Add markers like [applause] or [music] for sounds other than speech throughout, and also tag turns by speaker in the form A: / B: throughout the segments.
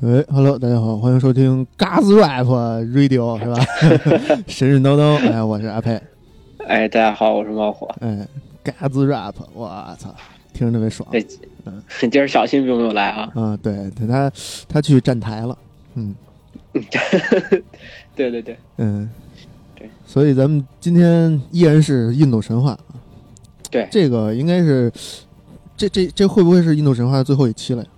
A: 哎，Hello，大家好，欢迎收听《嘎子 rap radio》，是吧？ [laughs] 神神叨叨，哎，我是阿佩，
B: 哎，大家好，我是猫火。 [laughs]
A: 哎，嘎子 rap，我操，听着特别爽。
B: 这今儿小新并没有来啊。 [laughs]
A: 啊，对他他他去站台了，嗯
B: 对对对，
A: 嗯，
B: 对，
A: 所以咱们今天依然是印度神话啊。
B: 对
A: 这个应该是，这这这会不会是印度神话最后一期了呀？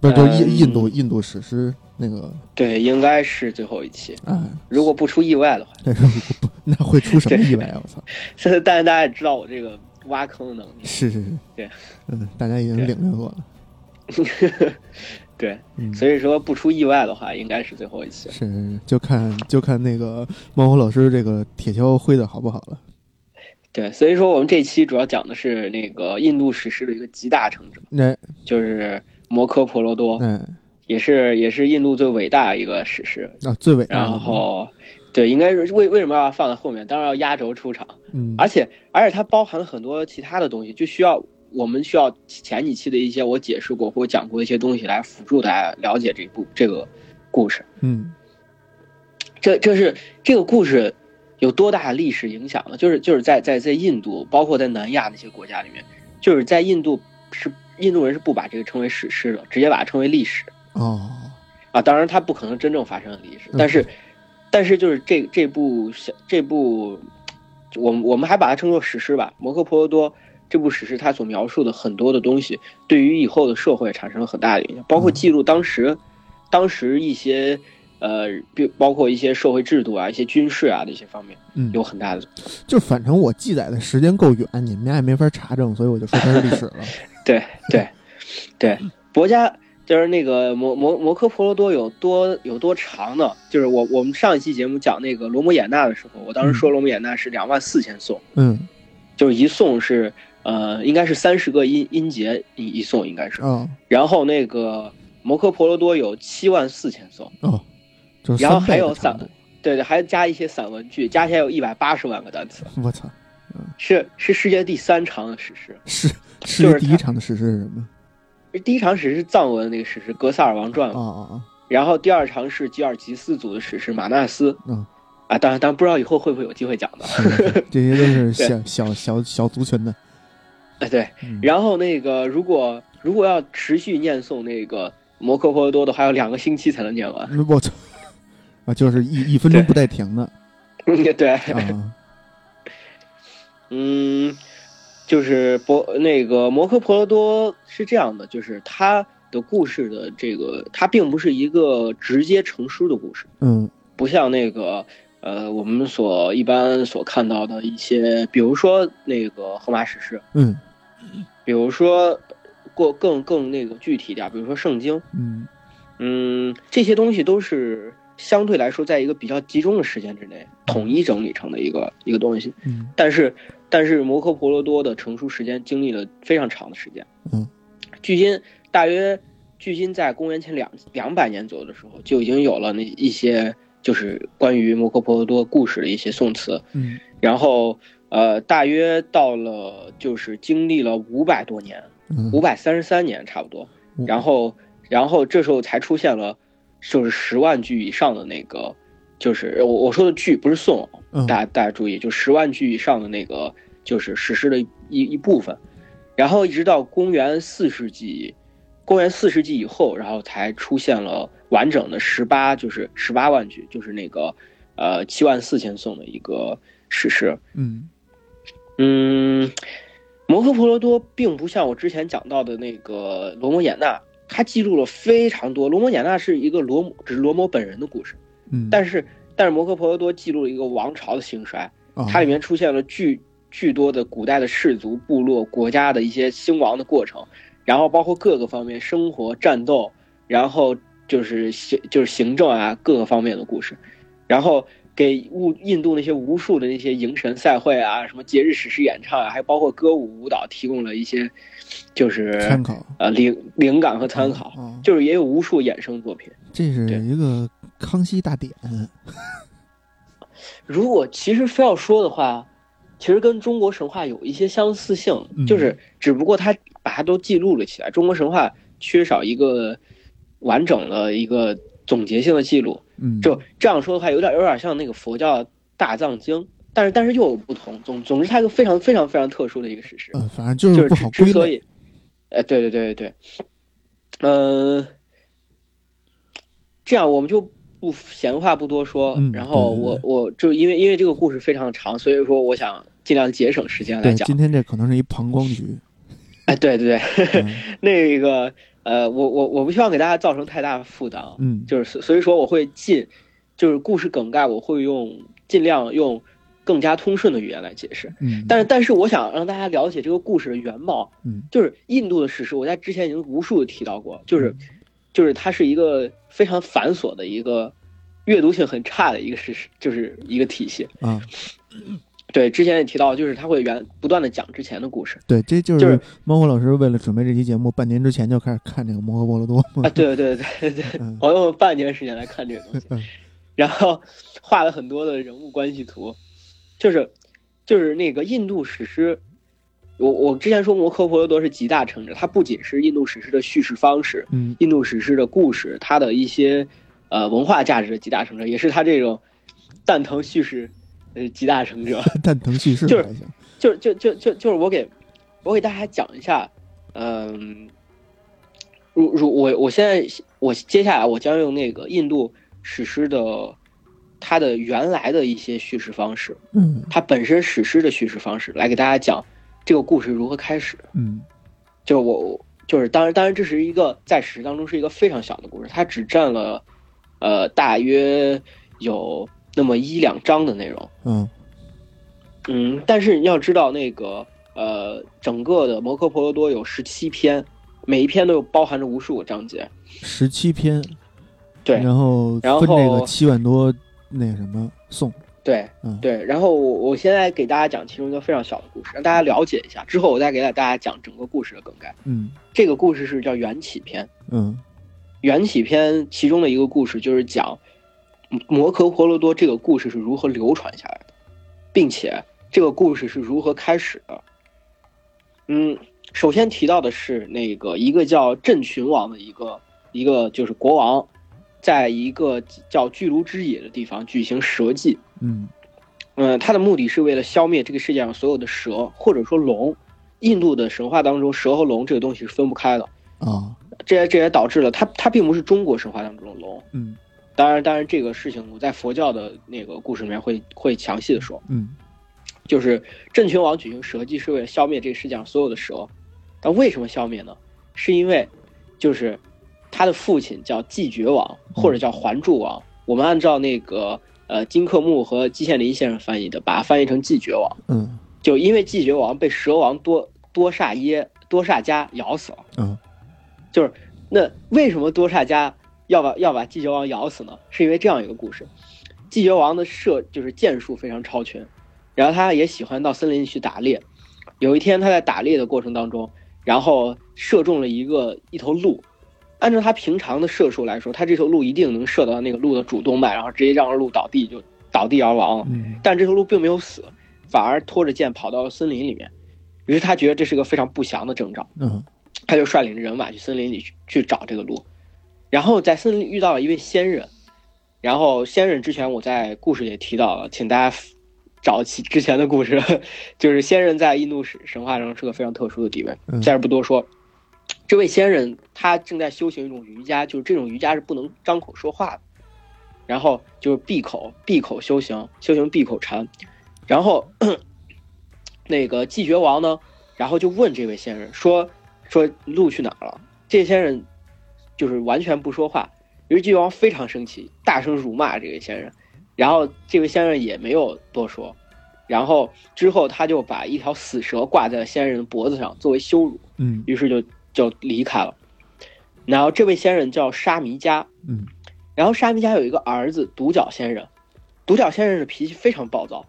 A: 不是，就是印
B: 嗯
A: 印度印度史诗那个，
B: 对，应该是最后一期，
A: 哎，
B: 如果不出意外的话。 [laughs]
A: 但是不那会出什么意外啊？我操！
B: 但是大家也知道我这个挖坑的能力。
A: 是是是，
B: 对，
A: 嗯，大家已经
B: 对
A: 领略过了，
B: 对，
A: 嗯，
B: 所以说不出意外的话，应该是最后一期
A: 是。是是，就看就看那个孟虎老师这个铁锹挥的好不好了。
B: 对，所以说我们这期主要讲的是那个印度史诗的一个集大成者，
A: 那
B: 哦就是摩诃婆罗多，
A: 那
B: 也是也是印度最伟大的一个史诗。
A: 那最伟大的
B: 然
A: 嘛，
B: 后，对，应该是为为什么要放在后面？当然要压轴出场。
A: 嗯，
B: 而且而且它包含了很多其他的东西，就需要我们需要前几期的一些我解释过或讲过的一些东西来辅助大家了解这部这个故事。
A: 嗯
B: 这这是这个故事有多大的历史影响呢？就是就是在在在印度，包括在南亚那些国家里面，就是在印度是印度人是不把这个称为史诗的，直接把它称为历史
A: 哦，
B: 啊。当然，它不可能真正发生的历史
A: 嗯，
B: 但是但是就是这这部小这部，我们我们还把它称作史诗吧，《摩诃婆罗多》这部史诗，它所描述的很多的东西，对于以后的社会产生了很大的影响，包括记录当时，当时一些呃，比包括一些社会制度啊、一些军事啊的一些方面，
A: 嗯，
B: 有很大的
A: 就反正我记载的时间够远，你们家也没法查证，所以我就说它是历史
B: [laughs]
A: 了。
B: 对对对，国家。就是那个摩摩摩诃婆罗多有多有多长呢？就是我我们上一期节目讲那个罗摩衍那的时候，我当时说罗摩衍那是两万四千颂，
A: 嗯，
B: 就是一颂是呃，应该是三十个音音节一一颂应该是。
A: 哦
B: 然后那个摩诃婆罗多有七万四千颂，
A: 哦，就是
B: 然后
A: 三倍
B: 还
A: 的
B: 有
A: 长
B: 散
A: 度，
B: 对对，还加一些散文句，加起来有一百八十万个单词，
A: 我操，
B: 是是世界第三长的史诗。
A: 是世
B: 就
A: 界
B: 是
A: 第一
B: 它
A: 场的史诗是什么？
B: 第一长史诗是藏文的那个史诗《格萨尔王传》
A: 哦
B: 嘛，
A: 哦
B: 然后第二长是吉尔吉斯族的史诗《马纳斯》。
A: 嗯。
B: 啊，当然，当然不知道以后会不会有机会讲 [laughs] 到
A: 哦，。是是是这些都是小小小小族群的。
B: 哎，对，
A: 嗯
B: 然后那个如果如果要持续念诵那个摩诃婆罗多的，还有两个星期才能念完。 [laughs]
A: 我操！ [laughs] 啊，就是一一分钟不带停的
B: [laughs] 对，
A: 啊！
B: 嗯，就是博那个摩诃婆罗多是这样的，就是他的故事的这个，它并不是一个直接成书的故事，
A: 嗯
B: 不像那个呃我们所一般所看到的一些，比如说那个荷马史诗，
A: 嗯
B: 比如说过更更那个具体点儿，比如说圣经，
A: 嗯
B: 嗯，这些东西都是相对来说在一个比较集中的时间之内统一整理成的一个一个东西。
A: 嗯
B: 但是，但是摩诃婆罗多的成书时间经历了非常长的时间，
A: 嗯，
B: 距今大约距今在公元前两两百年左右的时候，就已经有了那一些就是关于摩诃婆罗多故事的一些宋词，
A: 嗯
B: 然后呃，大约到了就是经历了五百多年，
A: 嗯
B: 五百三十三年差不多
A: 嗯，
B: 然后然后这时候才出现了就是十万句以上的那个，就是我我说的句不是颂，
A: 嗯
B: 大家大家注意，就十万句以上的那个就是史诗的一一部分，然后一直到公元四世纪，公元四世纪以后，然后才出现了完整的十八，就是十八万句，就是那个呃七万四千颂的一个史诗，
A: 嗯
B: 嗯，摩诃婆罗多并不像我之前讲到的那个罗摩衍那，它记录了非常多。罗摩衍那是一个罗摩，只是罗摩本人的故事，
A: 嗯，
B: 但是但是摩诃婆罗多记录了一个王朝的兴衰，
A: 啊
B: 它里面出现了巨巨多的古代的氏族、部落、国家的一些兴亡的过程，然后包括各个方面生活、战斗，然后就是行就是行政啊各个方面的故事，然后给物印度那些无数的那些迎神赛会啊，什么节日史诗演唱啊，还包括歌舞舞蹈提供了一些就是
A: 参考
B: 呃灵灵感和参考，
A: 啊，啊
B: 就是也有无数衍生作品。
A: 这是
B: 对
A: 一个康熙大典。
B: 如果其实非要说的话，其实跟中国神话有一些相似性，
A: 嗯
B: 就是只不过它把它都记录了起来。中国神话缺少一个完整的一个总结性的记录。
A: 嗯，
B: 就这样说的话，有点有点像那个佛教大藏经，但是但是又有不同。总总之，它一个非常非常非常特殊的一个事实，
A: 呃，反正就
B: 就是
A: 不
B: 是
A: 好
B: 之
A: 归
B: 之所
A: 类。
B: 以，呃，对对对对对，嗯，这样我们就不闲话不多说
A: 嗯。
B: 然后
A: 对对
B: 我我就因为因为这个故事非常长，所以说我想尽量节省时间来
A: 对，
B: 讲。
A: 今天这可能是一膀胱
B: [laughs]
A: 局。
B: 哎，对对 [laughs] 对，
A: 嗯
B: 那个呃，我我我不希望给大家造成太大的负担啊。
A: 嗯，
B: 就是所所以说我会尽，就是故事梗概我会用尽量用更加通顺的语言来解释。
A: 嗯，
B: 但是但是我想让大家了解这个故事的原貌，
A: 嗯，
B: 就是印度的史诗，我在之前已经无数的提到过，就是就是它是一个非常繁琐的一个阅读性很差的一个史诗，就是一个体系。
A: 啊，
B: 对，之前也提到，就是它会原不断的讲之前的故事
A: 对，这就
B: 就是是
A: 猫火老师为了准备这期节目，半年之前就开始看这个《摩诃波罗多》
B: [laughs] 啊，对对对对对，
A: 嗯
B: 我用了半年时间来看这个东西。
A: [laughs] 嗯
B: 然后画了很多的人物关系图，就是就是那个印度史诗，我我之前说摩诃婆罗多是集大成者，它不仅是印度史诗的叙事方式，
A: 嗯
B: 印度史诗的故事，它的一些呃文化价值的集大成者，也是它这种蛋疼叙事呃集大成者。 [laughs]
A: 蛋疼叙事
B: 就是
A: 还行。
B: 就就就就就是我给我给大家讲一下，嗯，如如我我现在我接下来我将用那个印度史诗的它的原来的一些叙事方式，
A: 嗯
B: 它本身史诗的叙事方式来给大家讲这个故事如何开始。
A: 嗯
B: 就是我我就是当然当然这是一个在史实当中是一个非常小的故事，它只占了呃大约有那么一两章的内容。
A: 嗯
B: 嗯，但是你要知道，那个呃，整个的《摩诃婆罗多》有十七篇，每一篇都有包含着无数个章节。
A: 十七篇，
B: 对
A: 然后
B: 然
A: 分这个
B: 后
A: 七万多那个什么送，
B: 对
A: 嗯
B: 对，然后我我现在给大家讲其中一个非常小的故事，让大家了解一下。之后我再给大家讲整个故事的梗概。
A: 嗯
B: 这个故事是叫缘起篇，
A: 嗯
B: 缘起篇其中的一个故事就是讲摩诃婆罗多这个故事是如何流传下来的，并且这个故事是如何开始的。嗯，首先提到的是那个一个叫镇群王的一个一个就是国王，在一个叫巨卢之野的地方举行蛇祭。
A: 嗯
B: 嗯，他的目的是为了消灭这个世界上所有的蛇或者说龙。印度的神话当中，蛇和龙这个东西是分不开的，
A: 啊
B: 这也这也导致了它它并不是中国神话当中的龙，
A: 嗯
B: 当然，当然，这个事情我在佛教的那个故事里面会会详细的说。
A: 嗯
B: 就是郑群王举行蛇祭是为了消灭这个世界上所有的蛇，但为什么消灭呢？是因为就是他的父亲叫季绝王或者叫还柱王，我们按照那个呃金克木和季羡林先生翻译的，把它翻译成季绝王。
A: 嗯
B: 就因为季绝王被蛇王多多煞耶多煞迦咬死了。
A: 嗯
B: 就是那为什么多煞迦要把要把季绝王咬死呢？是因为这样一个故事，季绝王的射就是剑术非常超群，然后他也喜欢到森林里去打猎。有一天他在打猎的过程当中，然后射中了一个一头鹿。按照他平常的射术来说，他这头鹿一定能射到那个鹿的主动脉，然后直接让鹿倒地就倒地而亡了。
A: 嗯
B: 但这头鹿并没有死，反而拖着剑跑到了森林里面。于是他觉得这是个非常不祥的征兆。
A: 嗯
B: 他就率领着人马去森林里去去找这个鹿，然后在森林里遇到了一位仙人，然后仙人之前我在故事也提到了，请大家找其之前的故事， [laughs] 就是仙人在印度史神话中是个非常特殊的地位，
A: 嗯
B: 在这不多说。这位仙人他正在修行一种瑜伽，就是这种瑜伽是不能张口说话的，然后就是闭口闭口修行，修行闭口禅，然后 [clears throat] 那个季绝王呢，然后就问这位仙人说说路去哪儿了？这仙人就是完全不说话，于是季绝王非常生气，大声辱骂这位仙人，然后这位仙人也没有多说，然后之后他就把一条死蛇挂在了仙人的脖子上作为羞辱，
A: 嗯
B: 于是就就离开了。然后这位仙人叫沙弥迦，
A: 嗯
B: 然后沙弥迦有一个儿子独角仙人，独角仙人的脾气非常暴躁，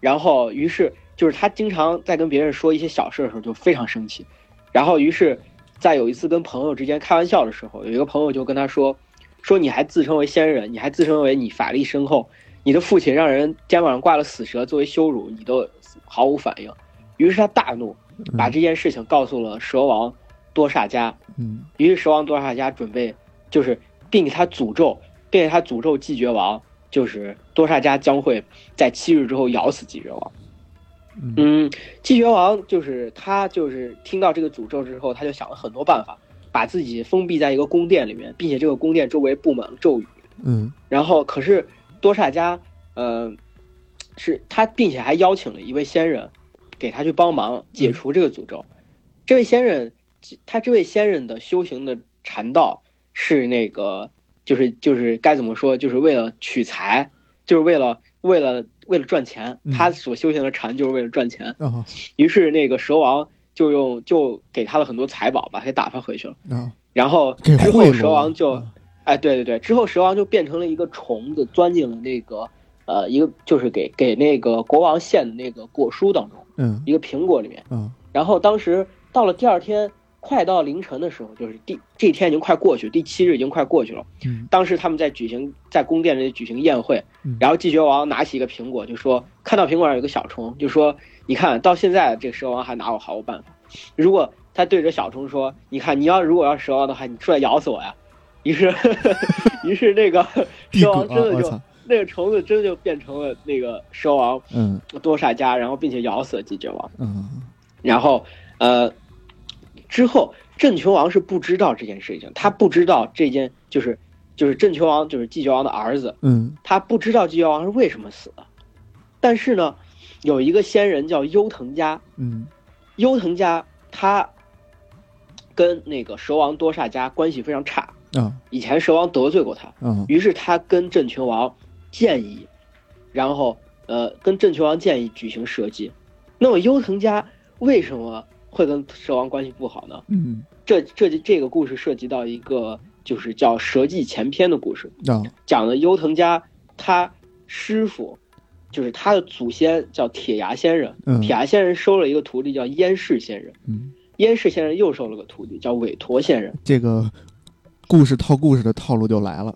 B: 然后于是就是他经常在跟别人说一些小事的时候就非常生气，然后于是，在有一次跟朋友之间开玩笑的时候，有一个朋友就跟他说，说你还自称为仙人，你还自称为你法力深厚，你的父亲让人肩膀上挂了死蛇作为羞辱，你都毫无反应，于是他大怒，把这件事情告诉了蛇王多煞迦，
A: 嗯
B: 于是蛇王多萨迦准备就是并给他诅咒，并且他诅咒季绝王，就是多萨迦将会在七日之后咬死季绝王。
A: 嗯
B: 嗯，季绝王就是他，就是听到这个诅咒之后，他就想了很多办法，把自己封闭在一个宫殿里面，并且这个宫殿周围布满了咒语。
A: 嗯
B: 然后可是多萨迦，呃，是他，并且还邀请了一位仙人，给他去帮忙解除这个诅咒。这位仙人，他这位仙人的修行的禅道是那个，就是就是该怎么说，就是为了取财，就是为了为了为了赚钱
A: 嗯。
B: 他所修行的禅就是为了赚钱。
A: 啊
B: 于是那个蛇王就用就给他了很多财宝，把他给打发回去了。
A: 啊，
B: 然后
A: 给
B: 之
A: 贿
B: 后
A: 赂
B: 蛇王就
A: 啊
B: 哎，对对对，之后蛇王就变成了一个虫子，钻进了那个呃一个就是给给那个国王献的那个果蔬当中，
A: 嗯
B: 一个苹果里面。
A: 啊
B: 然后当时到了第二天，快到凌晨的时候，就是第这一天已经快过去，第七日已经快过去了。
A: 嗯
B: 当时他们在举行在宫殿里举行宴会
A: 嗯，
B: 然后季绝王拿起一个苹果，就说看到苹果上有个小虫，就说你看到现在这个蛇王还拿我毫无办法。如果他对着小虫说，你看你要如果要是蛇王的话，你出来咬死我呀。
A: [laughs]
B: 于是， [laughs] 于是那个
A: 地格
B: 蛇王真的
A: 啊我
B: 就 [laughs]
A: 操，
B: 那个虫子真的就变成了那个蛇王
A: 嗯
B: 多萨迦，然后并且咬死了季绝王。
A: 嗯
B: 然后呃，之后郑球王是不知道这件事情，他不知道这件就是就是郑球王就是季球王的儿子，
A: 嗯
B: 他不知道季球王是为什么死的。但是呢，有一个仙人叫优藤家，
A: 嗯
B: 优藤家他跟那个蛇王多萨迦关系非常差，
A: 啊
B: 以前蛇王得罪过他，
A: 啊
B: 于是他跟郑球王建议，然后呃跟郑球王建议举行射击。那么优藤家为什么会跟蛇王关系不好呢？
A: 嗯
B: 这这这个故事涉及到一个就是叫《蛇记前篇》的故事，
A: 啊
B: 讲的优藤家他师傅，就是他的祖先叫铁牙仙人，
A: 嗯
B: 铁牙仙人收了一个徒弟叫燕氏仙人，
A: 嗯，
B: 燕氏仙人又收了个徒弟叫韦陀仙人， [laughs]
A: 这个故事套故事的套路就来了，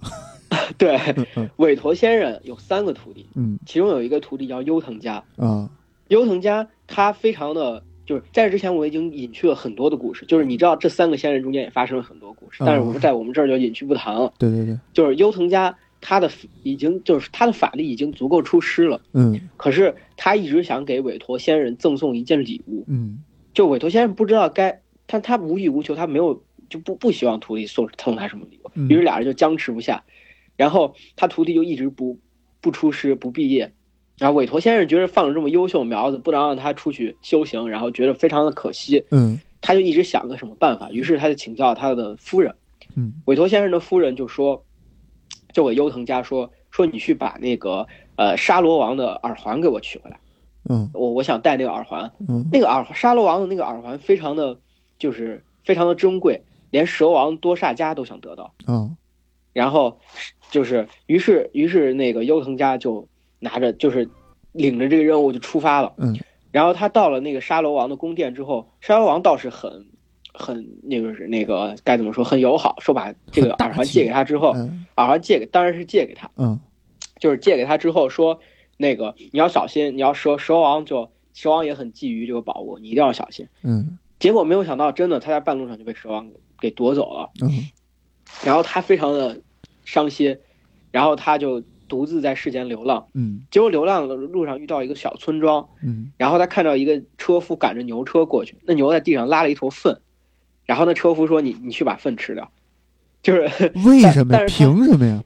B: 对，
A: 嗯嗯
B: 韦陀仙人有三个徒弟，
A: 嗯
B: 其中有一个徒弟叫优藤家，
A: 啊
B: 优藤家他非常的，就是在这之前我已经隐去了很多的故事，就是你知道这三个仙人中间也发生了很多故事，
A: 嗯
B: 但是我们在我们这儿就隐去不谈了。
A: 对对对，
B: 就是优藤家他的已经就是他的法力已经足够出师了，
A: 嗯
B: 可是他一直想给韦陀仙人赠送一件礼物，
A: 嗯
B: 就韦陀先生不知道该，他他无欲无求，他没有就不不希望徒弟送送他什么礼物
A: 嗯，
B: 于是俩人就僵持不下，然后他徒弟就一直不不出师不毕业，然后韦陀先生觉得放了这么优秀的苗子，不能让他出去修行，然后觉得非常的可惜，
A: 嗯
B: 他就一直想个什么办法，于是他就请教他的夫人，
A: 嗯
B: 韦陀先生的夫人就说，就给优藤家说说你去把那个呃沙罗王的耳环给我取回来，
A: 嗯
B: 我我想戴那个耳环。
A: 嗯
B: 那个耳沙罗王的那个耳环非常的，就是非常的珍贵，连蛇王多萨迦都想得到。
A: 啊
B: 然后就是，于是于是那个优藤家就拿着就是领着这个任务就出发了。
A: 嗯
B: 然后他到了那个沙罗王的宫殿之后，沙罗王倒是很很那个是那个该怎么说很友好，说把这个
A: 很大
B: 耳环
A: 气
B: 借给他之后，
A: 嗯
B: 耳环借给当然是借给他，
A: 嗯
B: 就是借给他之后说，那个你要小心，你要蛇蛇王就蛇王也很觊觎这个宝物，你一定要小心。
A: 嗯
B: 结果没有想到，真的他在半路上就被蛇王给夺走了，
A: 嗯
B: 然后他非常的伤心，然后他就独自在世间流浪。
A: 嗯
B: 结果流浪的路上遇到一个小村庄，
A: 嗯
B: 然后他看到一个车夫赶着牛车过去，那牛在地上拉了一坨粪，然后那车夫说：“你你去把粪吃掉。” [laughs] 嗯就是
A: 为什么呀？凭什么
B: [laughs]
A: 呀？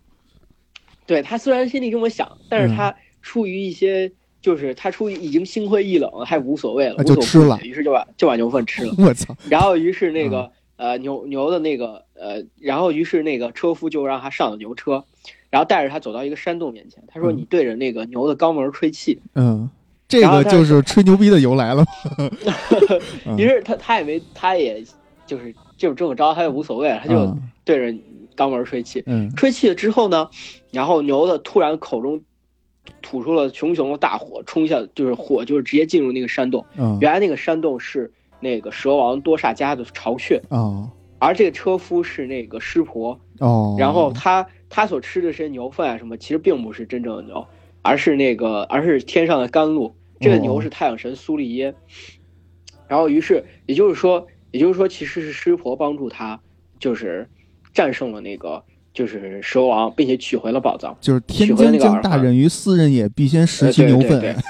B: 对他虽然心里这么想，但
A: 嗯
B: 是他出于一些，就是他出于已经心灰意冷了，还无所谓了，
A: 啊
B: 无
A: 就
B: 所
A: 吃
B: 顾
A: 了
B: 忌于是就把就把牛粪吃了。
A: 我操！
B: 然后于是那
A: 嗯
B: 个呃牛牛的那个呃，然后于是那个车夫就让他上了牛车，然后带着他走到一个山洞面前，他说：“
A: 嗯
B: 你对着那个牛的肛门吹气。
A: 嗯，这个就是吹牛逼的由来了。嗯
B: 于是他他也没他也就是就是这么着，他也无所谓了，他就
A: 嗯
B: 对着肛门吹气。
A: 嗯
B: 吹气了之后呢，然后牛的突然口中吐出了熊熊的大火，冲下就是火，就是直接进入那个山洞。
A: 嗯
B: 原来那个山洞是那个蛇王多萨迦的巢穴，
A: 哦
B: 而这个车夫是那个湿婆，
A: 哦，
B: 然后他他所吃的这些牛粪啊什么，其实并不是真正的牛，而是那个而是天上的甘露。这个
A: 哦
B: 牛是太阳神苏利耶，然后于是也就是说也就是说其实是湿婆帮助他，就是战胜了那个就是蛇王，并且取回了宝藏。
A: 就是天
B: 取回
A: 将
B: 那个
A: 降
B: 耳
A: 大
B: 环
A: 任于斯人也，必先食其
B: 呃对
A: 牛
B: 对
A: 粪
B: 对。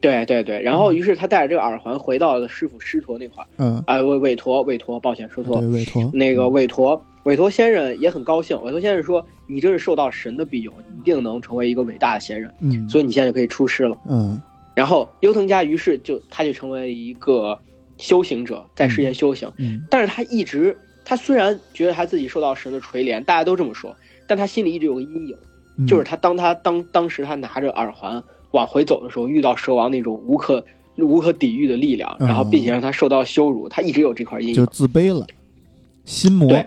B: 对对对，然后于是他带着这个耳环回到了师傅师陀那块儿，
A: 嗯，
B: 啊、韦韦陀韦陀，抱歉说错
A: 对，
B: 了，
A: 委托
B: 那个韦陀韦陀先生也很高兴，韦陀先生说：“你这是受到神的庇佑，你一定能成为一个伟大的贤人，
A: 嗯
B: 所以你现在就可以出师了。”
A: 嗯
B: 然后优藤家于是就他就成为一个修行者，在世间修行。
A: 嗯
B: 但是他一直，他虽然觉得他自己受到神的垂怜，大家都这么说，但他心里一直有个阴影，
A: 嗯，
B: 就是他当他当当时他拿着耳环往回走的时候，遇到蛇王那种无可无可抵御的力量，
A: 嗯
B: 然后并且让他受到羞辱，他一直有这块阴
A: 就
B: 影。
A: 自卑了，心魔。
B: 对，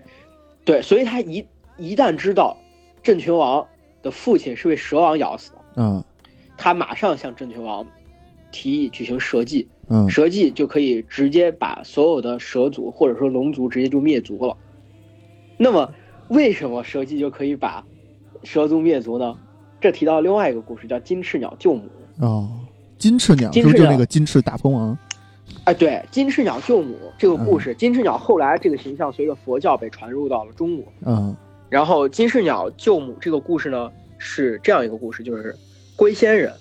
B: 对，所以他一一旦知道郑群王的父亲是被蛇王咬死的，
A: 嗯
B: 他马上向郑群王提议举行蛇祭。
A: 嗯
B: 蛇祭就可以直接把所有的蛇族或者说龙族直接就灭族了。那么，为什么蛇祭就可以把蛇族灭族呢？这提到另外一个故事，叫金翅鸟救母。
A: 哦，金翅鸟是
B: 金
A: 不是
B: 翅
A: 就
B: 鸟
A: 那个金翅大鹏王？
B: 哎，对，金翅鸟救母这个故事，金翅鸟后来这个形象随着佛教被传入到了中国。
A: 嗯
B: 然后，金翅鸟救母这个故事呢，是这样一个故事，就是龟仙人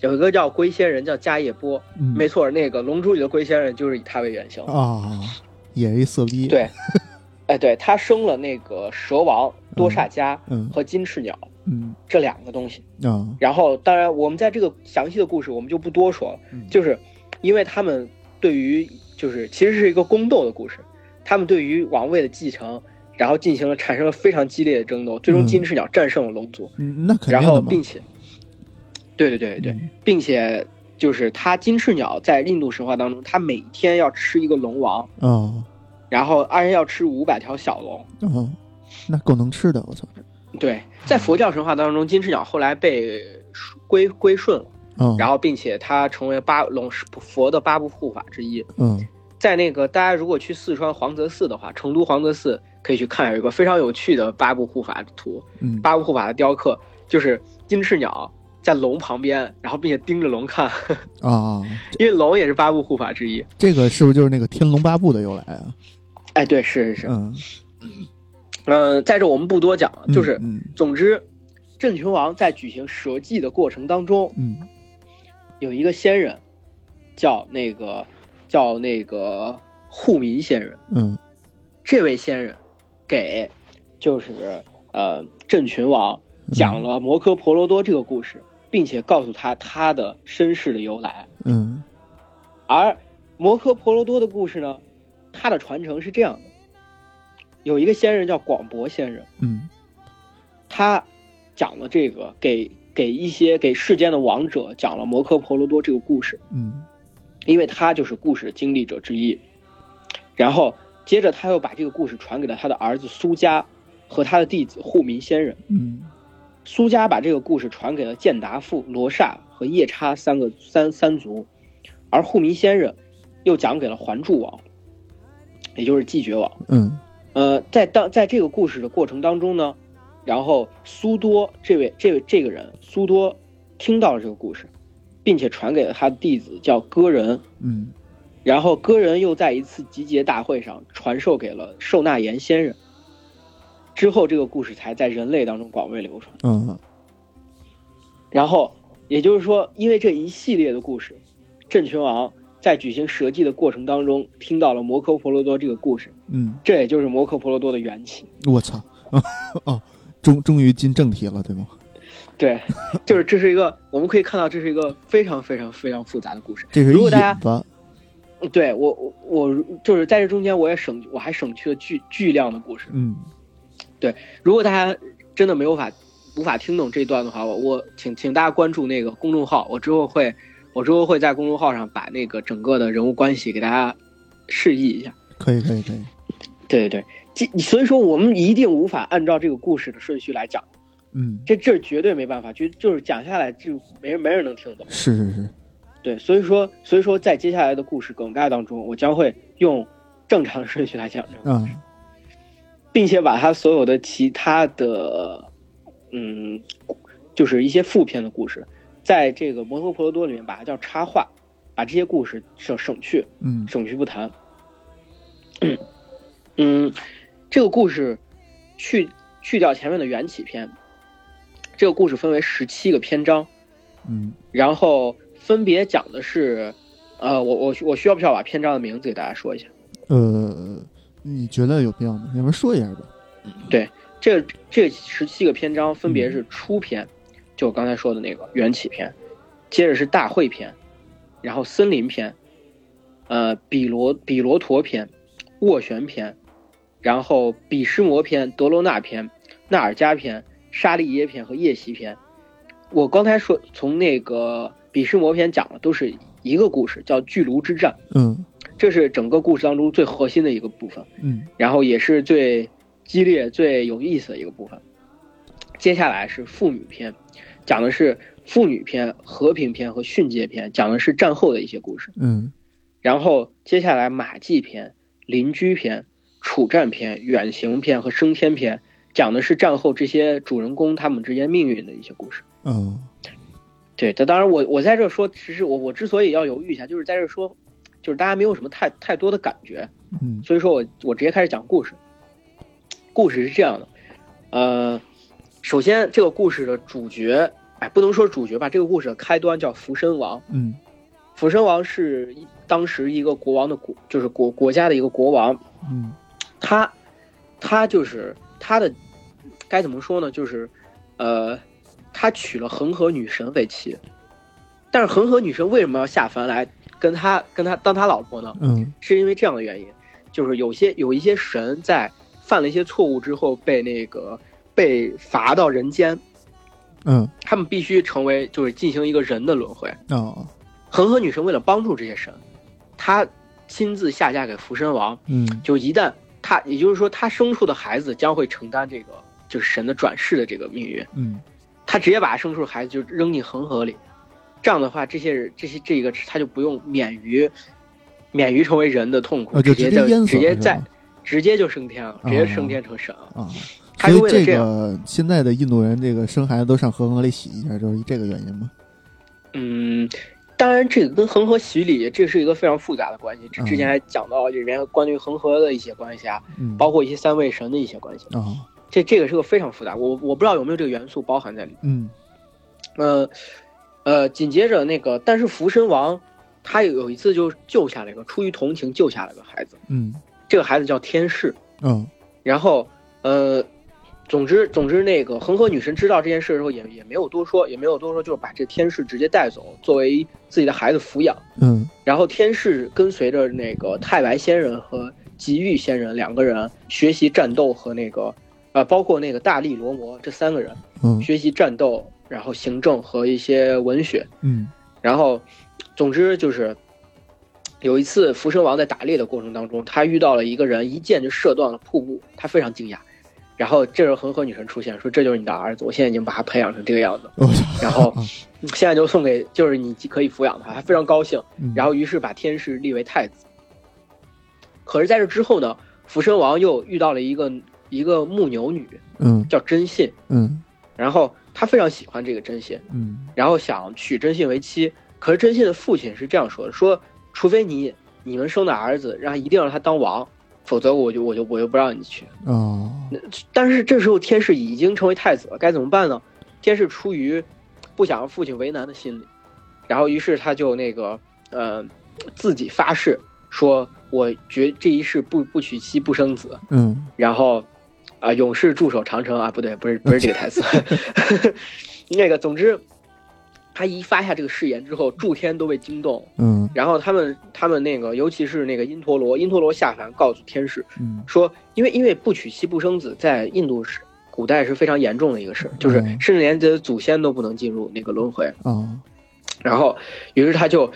B: 有一个叫龟仙人叫迦叶波，
A: 嗯
B: 没错，那个《龙珠》里的龟仙人就是以他为原型。
A: 啊，也是一色逼。
B: 对，哎，对他生了那个蛇王多萨迦
A: 嗯
B: 和金翅鸟、
A: 嗯
B: 这两个东西。
A: 啊
B: 然后，当然我们在这个详细的故事我们就不多说了，
A: 嗯
B: 就是因为他们对于就是其实是一个宫斗的故事，他们对于王位的继承，然后进行了产生了非常激烈的争斗，最终
A: 嗯
B: 金翅鸟战胜了龙族，
A: 嗯，那肯
B: 然
A: 定
B: 后
A: 的嘛。
B: 并且，对对对对，
A: 嗯
B: 并且就是它金翅鸟在印度神话当中，它每天要吃一个龙王，
A: 哦
B: 然后按要吃五百条小龙。
A: 哦，那够能吃的，我操。
B: 对，在佛教神话当中，金翅鸟后来被归归顺了，
A: 嗯，
B: 然后并且它成为八龙佛的八部护法之一。
A: 嗯
B: 在那个大家如果去四川黄泽寺的话，成都黄泽寺可以去看有一个非常有趣的八部护法图，
A: 嗯
B: 八部护法的雕刻就是金翅鸟在龙旁边，然后并且盯着龙看，
A: 啊，
B: 因为龙也是八部护法之一。
A: 这个是不是就是那个《天龙八部》的由来啊？
B: 哎，对，是是是，
A: 嗯，
B: 嗯、在这我们不多讲了，
A: 嗯
B: 就是
A: 嗯
B: 总之，郑群王在举行蛇祭的过程当中，
A: 嗯
B: 有一个仙人，叫那个叫那个护民仙人。
A: 嗯
B: 这位仙人给就是呃郑群王讲了摩诃婆罗多这个故事，并且告诉他他的身世的由来。
A: 嗯
B: 而摩诃婆罗多的故事呢，它的传承是这样的：有一个仙人叫广博仙人，
A: 嗯
B: 他讲了这个给给一些给世间的王者讲了摩诃婆罗多这个故事。
A: 嗯
B: 因为他就是故事的经历者之一。然后接着他又把这个故事传给了他的儿子苏家和他的弟子护民仙人。
A: 嗯
B: 苏家把这个故事传给了建达父、罗刹和夜叉三个三三族，而护民仙人又讲给了还珠王，也就是季绝王。
A: 嗯
B: 呃，在当在这个故事的过程当中呢，然后苏多这位这位这个人苏多听到了这个故事，并且传给了他的弟子叫歌人。
A: 嗯
B: 然后歌人又在一次集结大会上传授给了受纳言仙人。之后，这个故事才在人类当中广为流传。
A: 嗯
B: 然后，也就是说，因为这一系列的故事，郑群王在举行蛇祭的过程当中，听到了摩诃婆罗多这个故事，
A: 嗯，
B: 这也就是摩诃婆罗多的缘起。
A: 我操！哦，终终于进正题了，对吗？ [laughs]
B: 对，就是这是一个，我们可以看到这是一个非常非常非常复杂的故事。
A: 这是
B: 如
A: 引
B: 果大家
A: 子。
B: 对我我我就是在这中间，我也省我还省去了巨巨量的故事。
A: 嗯
B: 如果大家真的没有法无法听懂这段的话，我我请请大家关注那个公众号，我之后会我之后会在公众号上把那个整个的人物关系给大家示意一下。
A: 可以可以可以。
B: 对对对，这所以说我们一定无法按照这个故事的顺序来讲，
A: 嗯，
B: 这这绝对没办法，就就是讲下来就没人没人能听懂。
A: 是是是。
B: 对，所以说所以说在接下来的故事梗概当中，我将会用正常顺序来讲这个
A: 啊，
B: 并且把他所有的其他的，嗯，就是一些副篇的故事，在这个《摩诃婆罗多》里面把它叫插画，把这些故事省省去，
A: 嗯
B: 省去不谈。嗯，这个故事去去掉前面的缘起篇，这个故事分为十七个篇章，
A: 嗯
B: 然后分别讲的是，呃，我我我需要不需要把篇章的名字给大家说一下？
A: 呃，你觉得有必要吗？要不然说一下吧。
B: 这这十七个篇章分别是初篇，就我刚才说的那个缘起篇，接着是大会篇，然后森林篇，呃，比罗比罗陀篇，斡旋篇，然后比湿摩篇、德罗纳篇、纳尔加篇、沙利耶篇和夜袭篇。我刚才说从那个比湿摩篇讲的都是一个故事，叫巨炉之战，
A: 嗯
B: 这是整个故事当中最核心的一个部分。
A: 嗯
B: 然后也是最激烈、最有意思的一个部分。接下来是妇女篇，讲的是妇女篇、和平篇和训诫篇，讲的是战后的一些故事。
A: 嗯
B: 然后接下来马季篇、邻居篇、处战篇、远行篇和升天篇，讲的是战后这些主人公他们之间命运的一些故事。
A: 嗯
B: 对，但当然我我在这说，其实我我之所以要犹豫一下，就是在这说，就是大家没有什么太太多的感觉，
A: 嗯
B: 所以说我我直接开始讲故事。故事是这样的，呃，首先这个故事的主角，哎，不能说主角吧，这个故事的开端叫福身王。
A: 嗯
B: 福身王是一当时一个国王的国，就是国国家的一个国王。
A: 嗯
B: 他，他就是他的，该怎么说呢？就是，呃，他娶了恒河女神为妻，但是恒河女神为什么要下凡来跟他跟他当他老婆呢？
A: 嗯
B: 是因为这样的原因，就是有些有一些神在犯了一些错误之后被那个被罚到人间，
A: 嗯
B: 他们必须成为就是进行一个人的轮回。
A: 哦
B: 恒河女神为了帮助这些神，她亲自下嫁给福神王，
A: 嗯
B: 就一旦她，也就是说她生出的孩子将会承担这个就是神的转世的这个命运。
A: 嗯
B: 她直接把生出的孩子就扔进恒河里，这样的话，这些人这些这个她就不用免于免于成为人的痛苦，
A: 啊就
B: 直接
A: 直接淹死了
B: 直接
A: 是吧
B: 在直接就升天了，直接升天成神了。
A: 啊。
B: 他
A: 所
B: 是
A: 以
B: 为了
A: 这
B: 这样
A: 个现在的印度人，这个生孩子都上恒河里洗一下，就是这个原因吗？
B: 嗯，当然这个跟恒河洗礼这是一个非常复杂的关系，之
A: 嗯
B: 之前还讲到里面关于恒河的一些关系啊，
A: 嗯，
B: 包括一些三位神的一些关系，
A: 哦
B: 这这个是个非常复杂，我我不知道有没有这个元素包含在里面。
A: 嗯
B: 呃，呃，紧接着那个，但是福身王他有一次就救下了一个，出于同情救下了一个孩子，
A: 嗯
B: 这个孩子叫天士。
A: 嗯
B: 然后，呃，总之总之，那个恒河女神知道这件事的时候也，也没有多说，也没有多说，就是把这天士直接带走，作为自己的孩子抚养。
A: 嗯
B: 然后天士跟随着那个太白仙人和吉玉仙人两个人学习战斗和那个，呃，包括那个大力罗摩这三个人
A: 嗯
B: 学习战斗，然后行政和一些文学。
A: 嗯
B: 然后，总之就是，有一次福生王在打猎的过程当中，他遇到了一个人，一箭就射断了瀑布，他非常惊讶。然后这时候恒河女神出现，说：“这就是你的儿子，我现在已经把他培养成这个样子，
A: 我操，
B: 然后现在就送给，就是你可以抚养他。”他非常高兴，
A: 嗯
B: 然后于是把天士立为太子。可是在这之后呢，福生王又遇到了一个一个牧牛女，
A: 嗯
B: 叫真信，
A: 嗯
B: 然后他非常喜欢这个真信，
A: 嗯
B: 然后想娶真信为妻。可是真信的父亲是这样说的：说除非你你们生的儿子，让一定让他当王，否则我就我就我就不让你娶。
A: 哦
B: 但是这时候天士已经成为太子了，该怎么办呢？天士出于不想让父亲为难的心理，然后于是他就那个呃自己发誓说：我绝这一世不不娶妻不生子。
A: 嗯
B: 然后啊、勇士驻守长城啊，不对，不是不是这个台词，那个总之，他一发下这个誓言之后，诸天都被惊动。
A: 嗯
B: 然后他们他们那个，尤其是那个因陀罗，因陀罗下凡告诉天使
A: 嗯
B: 说，因为因为不娶妻不生子，在印度是古代是非常严重的一个事儿，就是
A: 嗯
B: 甚至连自己的祖先都不能进入那个轮回。
A: 哦
B: 然后，于是他就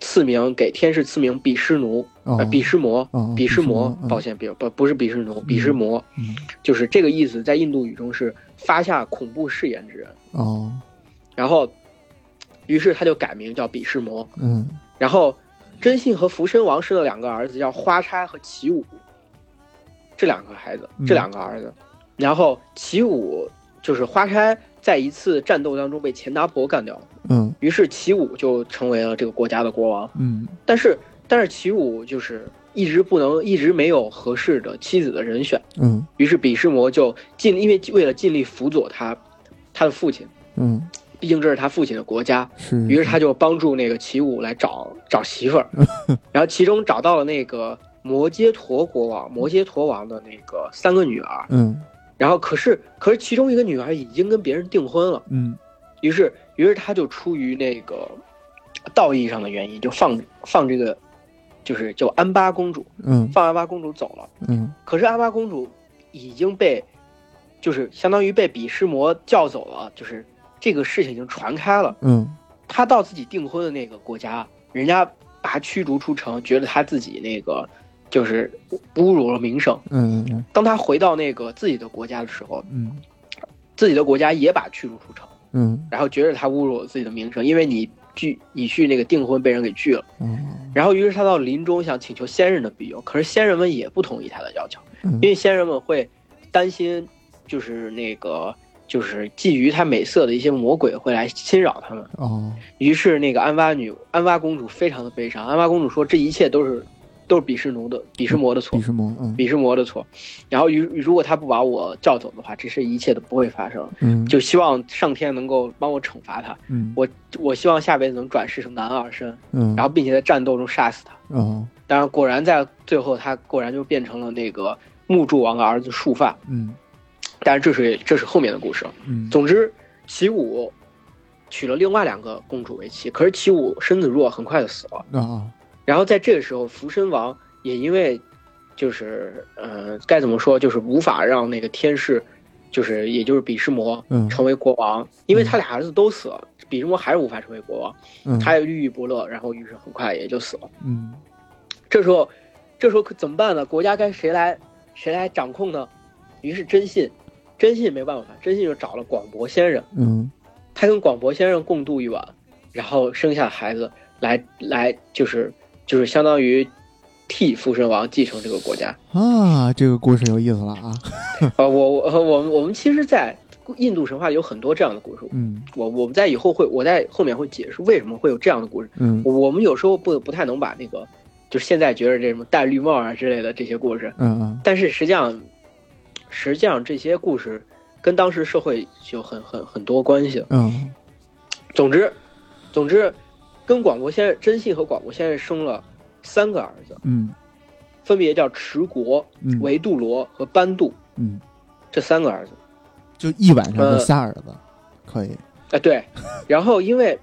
B: 赐名给天使赐名比湿奴，
A: 哦
B: 呃，比湿魔，
A: 哦
B: 比湿魔，抱
A: 歉
B: 歉，比不不是比湿奴，比湿魔，
A: 嗯
B: 就是这个意思，在印度语中是发下恐怖誓言之人。
A: 哦
B: 然后，于是他就改名叫比湿魔。
A: 嗯
B: 然后，真信和福身王生的两个儿子叫花差和齐武，这两个孩子
A: 嗯，
B: 这两个儿子。然后齐武就是花差，在一次战斗当中被钱达婆干掉了，
A: 嗯
B: 于是齐武就成为了这个国家的国王。
A: 嗯
B: 但是，但是齐武就是一直不能，一直没有合适的妻子的人选，
A: 嗯
B: 于是比视魔就尽，因为为了尽力辅佐他，他的父亲，
A: 嗯，
B: 毕竟这是他父亲的国家，
A: 是，
B: 于是他就帮助那个齐武来找找媳妇儿，然后其中找到了那个摩羯陀国王，摩羯陀王的那个三个女儿，
A: 嗯
B: 然后可是可是其中一个女儿已经跟别人订婚了，
A: 嗯
B: 于是于是他就出于那个道义上的原因，就放放这个就是就安巴公主
A: 嗯
B: 放安巴公主走了，
A: 嗯
B: 可是安巴公主已经被就是相当于被比湿魔叫走了，就是这个事情已经传开了。
A: 嗯
B: 他到自己订婚的那个国家，人家把他驱逐出城，觉得他自己那个就是侮辱了名声。
A: 嗯
B: 当他回到那个自己的国家的时候，
A: 嗯
B: 自己的国家也把驱逐出城，
A: 嗯
B: 然后觉得他侮辱了自己的名声，因为你拒你去那个订婚被人给拒了。
A: 嗯
B: 然后，于是他到临终想请求先人的庇佑，可是先人们也不同意他的要求，
A: 嗯
B: 因为先人们会担心，就是那个就是觊觎他美色的一些魔鬼会来侵扰他们。
A: 哦
B: 于是那个安娃女安娃公主非常的悲伤。安娃公主说：“这一切都是都是比什奴的比什魔的错
A: 比，什么？嗯
B: 比什魔的错。然后于如果他不把我叫走的话，这事一切都不会发生。
A: 嗯
B: 就希望上天能够帮我惩罚他。
A: 嗯
B: 我希望下辈子能转世成男二身，
A: 嗯，
B: 然后并且在战斗中杀死他。
A: 哦
B: 当然，果然在最后，他果然就变成了那个木柱王的儿子束发。
A: 嗯
B: 但是这是这是后面的故事。
A: 嗯
B: 总之，齐武娶了另外两个公主为妻，可是齐武身子弱，很快就死了。
A: 啊
B: 然后在这个时候，福身王也因为就是呃该怎么说，就是无法让那个天士，就是也就是比什魔
A: 嗯
B: 成为国王，因为他俩儿子都死了，比什魔还是无法成为国王，
A: 嗯
B: 他也郁郁不乐，然后于是很快也就死了。
A: 嗯
B: 这时候，这时候可怎么办呢？国家该谁来谁来掌控呢？于是真信，真信没办法，真信就找了广博先生，
A: 嗯
B: 他跟广博先生共度一晚，然后生下孩子来来就是就是相当于替福神王继承这个国家。
A: 啊，这个故事有意思了啊，
B: 呃，我我呃我们我们其实，在印度神话里有很多这样的故事。
A: 嗯
B: 我我们在以后会我在后面会解释为什么会有这样的故事。
A: 嗯
B: 我我们有时候不不太能把那个就是现在觉得这什么戴绿帽啊之类的这些故事，
A: 嗯嗯
B: 但是实际上实际上这些故事跟当时社会有很很很多关系。
A: 嗯
B: 总之，总之，跟广国先生真信和广国先生生了三个儿子，
A: 嗯
B: 分别叫持国、
A: 嗯
B: 维杜罗和班杜
A: 嗯，
B: 这三个儿子。
A: 就一晚上就仨儿子，可以，
B: 哎、对，然后因为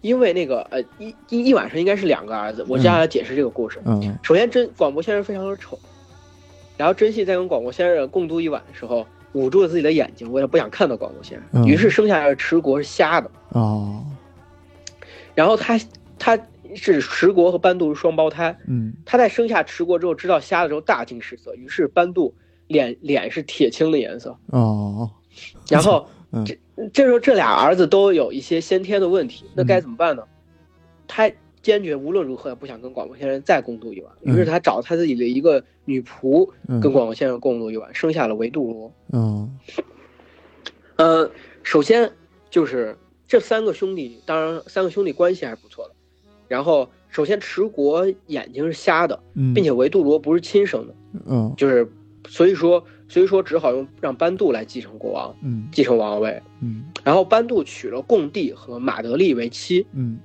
B: 因为那个呃一一一晚上应该是两个儿子，我接下来解释这个故事。
A: 嗯
B: 首先真广国先生非常的丑，然后真信在跟广国先生共度一晚的时候，捂住了自己的眼睛，为了不想看到广国先生，
A: 嗯
B: 于是生下来的持国是瞎的。
A: 哦
B: 然后他他是持国和班杜是双胞胎，
A: 嗯
B: 他在生下池国之后，知道虾的时候大惊失色，于是班杜脸脸是铁青的颜色。
A: 哦
B: 然后
A: [laughs] 嗯
B: 这这时候这俩儿子都有一些先天的问题，
A: 嗯
B: 那该怎么办呢？他坚决无论如何也不想跟广播先生再共度一晚，于
A: 嗯
B: 是他找他自己的一个女仆
A: 嗯
B: 跟广播先生共度一晚，生下了维杜罗。
A: 嗯
B: 呃，首先就是这三个兄弟，当然三个兄弟关系还是不错的。然后首先池国眼睛是瞎的，
A: 嗯，
B: 并且维杜罗不是亲生的。
A: 嗯
B: 就是所以说，所以说只好用让班杜来继承国王，
A: 嗯
B: 继承王位。
A: 嗯
B: 然后班杜娶了贡帝和马德利为妻，
A: 嗯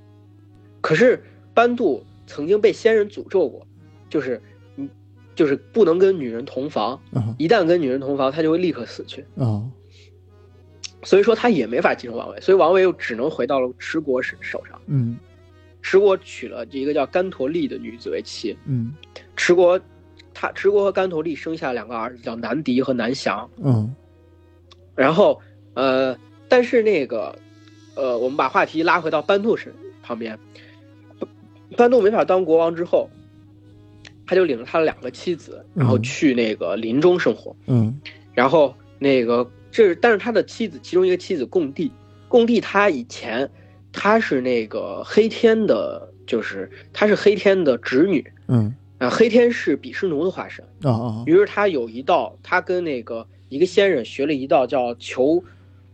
B: 可是班杜曾经被仙人诅咒过，就是嗯，就是不能跟女人同房，
A: 啊
B: 一旦跟女人同房，他就会立刻死去。
A: 哦
B: 所以说他也没法继承王位，所以王位又只能回到了持国手手上。
A: 嗯
B: 持国娶了一个叫甘陀利的女子为妻，
A: 嗯
B: 持国，他持国和甘陀利生下两个儿子叫南迪和南翔。
A: 嗯
B: 然后，呃，但是那个，呃，我们把话题拉回到班杜身旁边，班杜没法当国王之后，他就领着他的两个妻子，然后
A: 嗯
B: 去那个林中生活。
A: 嗯
B: 然后那个这是，但是他的妻子其中一个妻子贡帝，贡帝他以前他是那个黑天的，就是他是黑天的侄女
A: 嗯
B: 啊、呃黑天是比湿奴的化身。
A: 哦哦
B: 于是他有一道，他跟那个一个仙人学了一道叫求，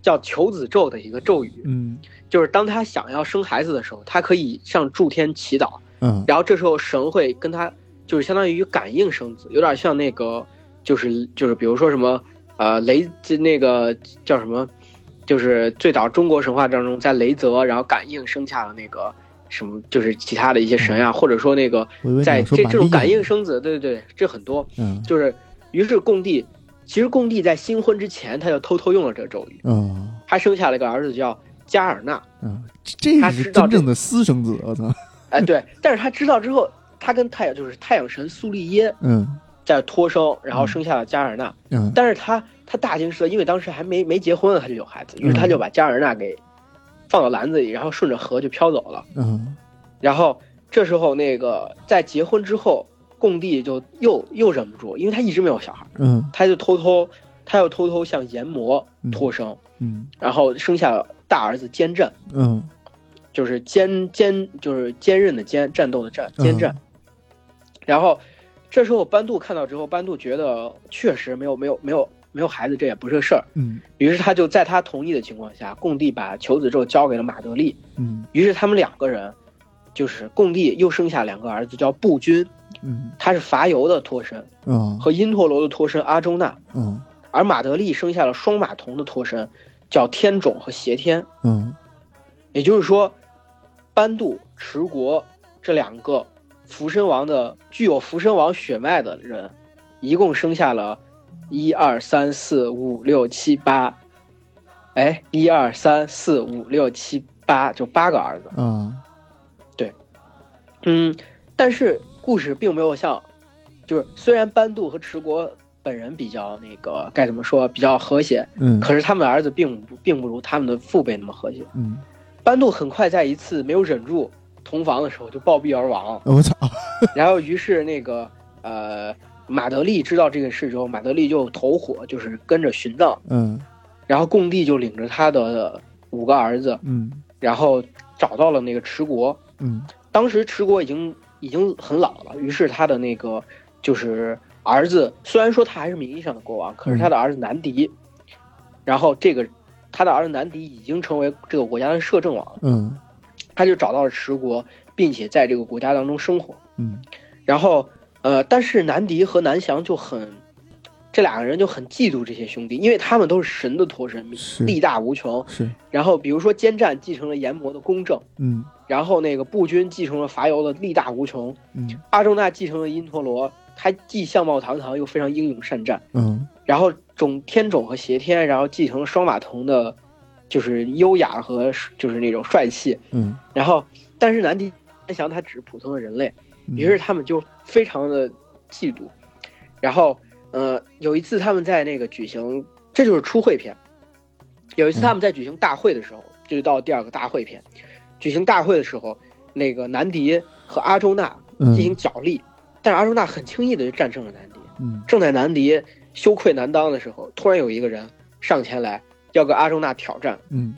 B: 叫求子咒的一个咒语，
A: 嗯
B: 就是当他想要生孩子的时候，他可以向诸天祈祷，
A: 嗯
B: 然后这时候神会跟他就是相当于感应生子，有点像那个，就是就是比如说什么呃雷那个叫什么，就是最早中国神话当中在雷泽然后感应生下了那个什么，就是其他的一些神啊，或者说那个
A: 嗯我以为你
B: 在
A: 要说
B: 这
A: 把
B: 这种
A: 力
B: 感应生子，对对对，这很多
A: 嗯
B: 就是，于是共帝其实共帝在新婚之前他就偷偷用了这个咒语，
A: 嗯
B: 他生下了一个儿子叫加尔纳，
A: 嗯，这
B: 他
A: 这是
B: 知道
A: 真
B: 这
A: 正的私生子，我操，
B: 哎对，但是他知道之后，他跟太阳就是太阳神苏利耶
A: 嗯
B: 在托生，然后
A: 嗯
B: 生下了加尔纳。
A: 嗯
B: 但是他他大惊失色，因为当时还没没结婚，啊他就有孩子，于是他就把加尔纳给放到篮子里，然后顺着河就飘走了。
A: 嗯
B: 然后这时候那个在结婚之后，贡帝就又又忍不住，因为他一直没有小孩，
A: 嗯
B: 他就偷偷他又偷偷向炎魔托生，
A: 嗯
B: 然后生下了大儿子坚振，
A: 嗯，
B: 就是坚坚就是坚韧的坚，战斗的战，
A: 嗯
B: 坚振。然后这时候班杜看到之后，班杜觉得确实没有没有没有没有孩子，这也不是个事儿。
A: 嗯
B: 于是他就在他同意的情况下，贡帝把求子咒交给了马德利。
A: 嗯
B: 于是他们两个人，就是贡帝又生下两个儿子，叫步军，
A: 嗯
B: 他是伐尤的托身
A: 嗯
B: 和因陀罗的托身阿周那，
A: 嗯
B: 而马德利生下了双马童的托身，叫天种和挟天。
A: 嗯
B: 也就是说，班杜、持国这两个福身王的具有福身王血脉的人，一共生下了一二三四五六七八，哎，一二三四五六七八，就八个儿子。
A: 嗯
B: 嗯，但是故事并没有像，就是虽然班杜和持国本人比较那个该怎么说比较和谐，
A: 嗯
B: 可是他们的儿子并不并不如他们的父辈那么和谐。
A: 嗯，。
B: 班杜很快在一次没有忍住同房的时候就暴毙而亡
A: 我操，
B: 然后，于是那个呃马德利知道这个事之后，马德利就投火，就是跟着殉葬。
A: 嗯
B: 然后贡帝就领着他的五个儿子，
A: 嗯
B: 然后找到了那个持国。
A: 嗯
B: 当时持国已经已经很老了，于是他的那个就是儿子，虽然说他还是名义上的国王，可是他的儿子南迪，然后这个他的儿子南迪已经成为这个国家的摄政王了。
A: 嗯
B: 他就找到了持国，并且在这个国家当中生活。
A: 嗯
B: 然后，呃，但是南迪和南翔就很，这两个人就很嫉妒这些兄弟，因为他们都是神的托身，
A: 是
B: 力大无穷。
A: 是
B: 然后，比如说奸战继承了炎魔的公正，
A: 嗯
B: 然后那个步军继承了伐尤的力大无穷，
A: 嗯
B: 阿周那继承了因陀罗，他既相貌堂堂又非常英勇善战。
A: 嗯
B: 然后种天种和挟天，然后继承了双马童的，就是优雅和就是那种帅气。
A: 嗯，
B: 然后，但是南迪南翔他只是普通的人类，于
A: 嗯
B: 是他们就非常的嫉妒。然后，呃，有一次他们在那个举行，这就是初会篇。有一次他们在举行大会的时候，这就到第二个大会篇。举行大会的时候，那个南迪和阿周那进行角力，但是阿周那很轻易的就战胜了南迪。
A: 嗯
B: 正在南迪羞愧难当的时候，突然有一个人上前来要跟阿周那挑战，
A: 嗯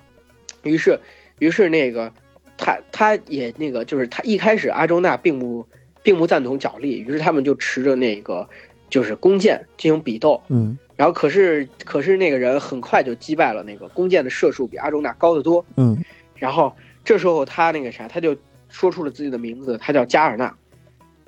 B: 于是，于是那个他他也那个就是他一开始阿周那并不并不赞同角力，于是他们就持着那个就是弓箭进行比斗，
A: 嗯
B: 然后可是可是那个人很快就击败了那个弓箭的射术比阿周那高得多，
A: 嗯
B: 然后这时候他那个啥他就说出了自己的名字，他叫加尔纳。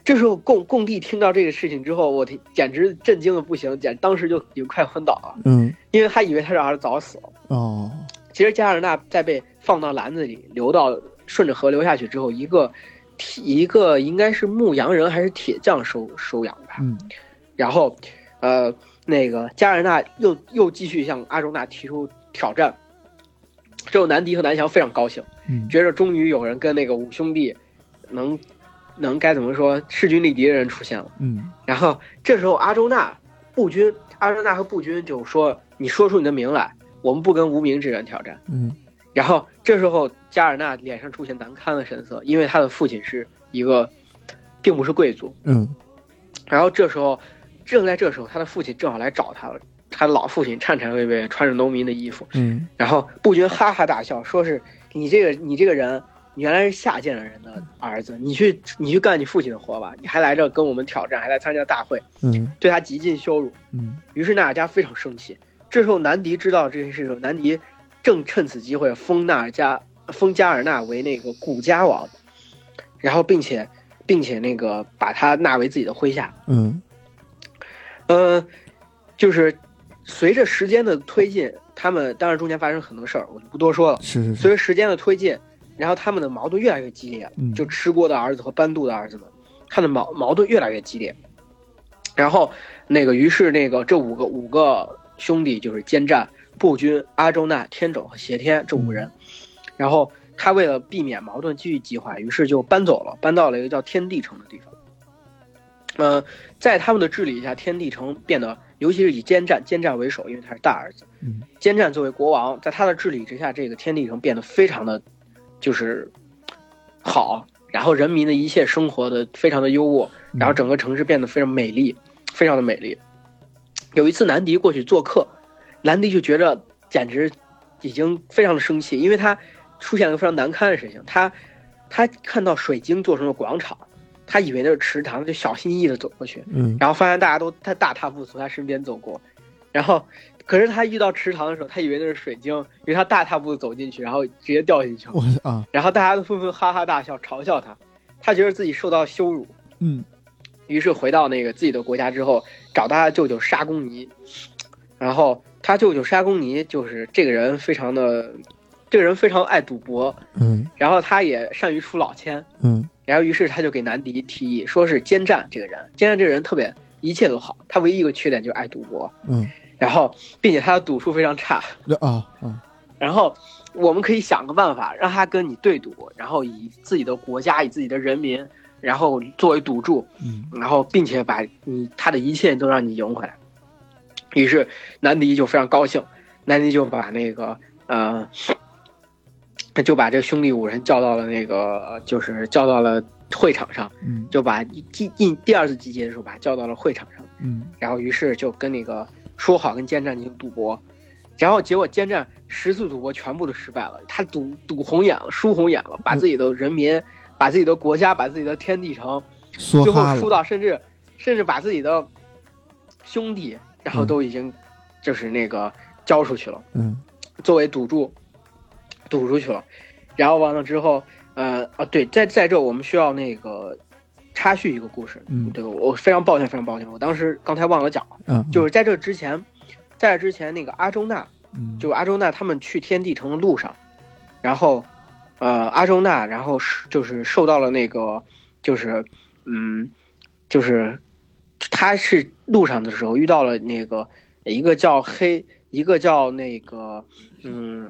B: 这时候贡贡帝听到这个事情之后，我天，简直震惊的不行，简当时就已经快昏倒了，
A: 嗯
B: 因为他以为他这儿子早死了。
A: 哦
B: 其实加尔纳在被放到篮子里流到顺着河流下去之后，一个铁一个应该是牧羊人还是铁匠收收养吧。
A: 嗯
B: 然后，呃，那个加尔纳又又继续向阿周那提出挑战。之后南迪和南翔非常高兴，
A: 嗯
B: 觉着终于有人跟那个五兄弟能能该怎么说势均力敌的人出现了。
A: 嗯
B: 然后这时候阿周那步军阿周那和步军就说：“你说出你的名来，我们不跟无名之人挑战。”
A: 嗯
B: 然后这时候加尔纳脸上出现难堪的神色，因为他的父亲是一个，并不是贵族。
A: 嗯
B: 然后这时候，正在这时候，他的父亲正好来找他了。他的老父亲颤颤巍巍，穿着农民的衣服，
A: 嗯
B: 然后步军哈哈大笑，说是你这个你这个人，你原来是下贱的人的儿子，你去你去干你父亲的活吧，你还来这跟我们挑战，还来参加大会，
A: 嗯
B: 对他极尽羞辱。
A: 嗯
B: 于是纳尔加非常生气。这时候南迪知道这件事情，南迪正趁此机会封纳尔加封加尔纳为那个古家王，然后并且并且那个把他纳为自己的麾下。
A: 嗯
B: 呃，就是随着时间的推进，他们当然中间发生很多事儿，我就不多说了。
A: 是是是，
B: 随着时间的推进，然后他们的矛盾越来越激烈了。
A: 嗯
B: 就吃锅的儿子和班杜的儿子们，他的矛矛盾越来越激烈。然后那个，于是那个这五个五个兄弟就是奸战步军、阿周那、天肘和挟天这五个人。然后他为了避免矛盾继续激化，于是就搬走了，搬到了一个叫天地城的地方。呃，在他们的治理下，天地城变得，尤其是以奸战奸战为首，因为他是大儿子。
A: 嗯
B: 奸战作为国王，在他的治理之下，这个天地城变得非常的，就是好，然后人民的一切生活的非常的优渥，然后整个城市变得非常美丽，非常的美丽。有一次南迪过去做客，南迪就觉着简直已经非常的生气，因为他出现了个非常难堪的事情，他他看到水晶做成了广场，他以为那是池塘，他就小心翼翼的走过去，
A: 嗯
B: 然后发现大家都他大踏步从他身边走过，然后可是他遇到池塘的时候，他以为那是水晶，因为他大踏步走进去，然后直接掉进去了，
A: 我啊
B: 然后大家都纷纷哈哈大笑，嘲笑他，他觉得自己受到羞辱，
A: 嗯
B: 于是回到那个自己的国家之后，找到他的舅舅沙公尼，然后他舅舅沙公尼就是这个人非常的，这个人非常爱赌博，
A: 嗯
B: 然后他也善于出老千，
A: 嗯
B: 然后于是他就给南迪提议，说是奸战这个人，奸战这个人特别一切都好，他唯一一个缺点就是爱赌博，
A: 嗯，
B: 然后并且他的赌术非常差，
A: 这啊啊
B: 然后我们可以想个办法让他跟你对赌，然后以自己的国家以自己的人民，然后作为赌注，
A: 嗯
B: 然后并且把你他的一切都让你赢回来。于是南迪就非常高兴，南迪就把那个呃， [coughs] 就把这兄弟五人叫到了那个就是叫到了会场上，
A: 嗯
B: 就把一第一第二次集结的时候把他叫到了会场上，
A: 嗯
B: 然后于是就跟那个说好跟奸战进行赌博，然后结果奸战十次赌博全部都失败了，他赌赌红眼了，输红眼了，把自己的人民、把自己的国家、把自己的天地城
A: 说
B: 最
A: 哈
B: 后输
A: 了，
B: 到甚至甚至把自己的兄弟，然后都已经就是那个交出去了，
A: 嗯
B: 作为赌注赌出去了。然后完了之后，呃啊对，在在这我们需要那个插叙一个故事。
A: 嗯
B: 对，我非常抱歉，非常抱歉，我当时刚才忘了讲，
A: 啊
B: 就是在这之前，在这之前那个阿周那，
A: 嗯
B: 就阿周那他们去天地城的路上，然后，呃，阿周那然后是就是受到了那个，就是嗯，就是他是路上的时候遇到了那个一个叫黑，一个叫那个嗯，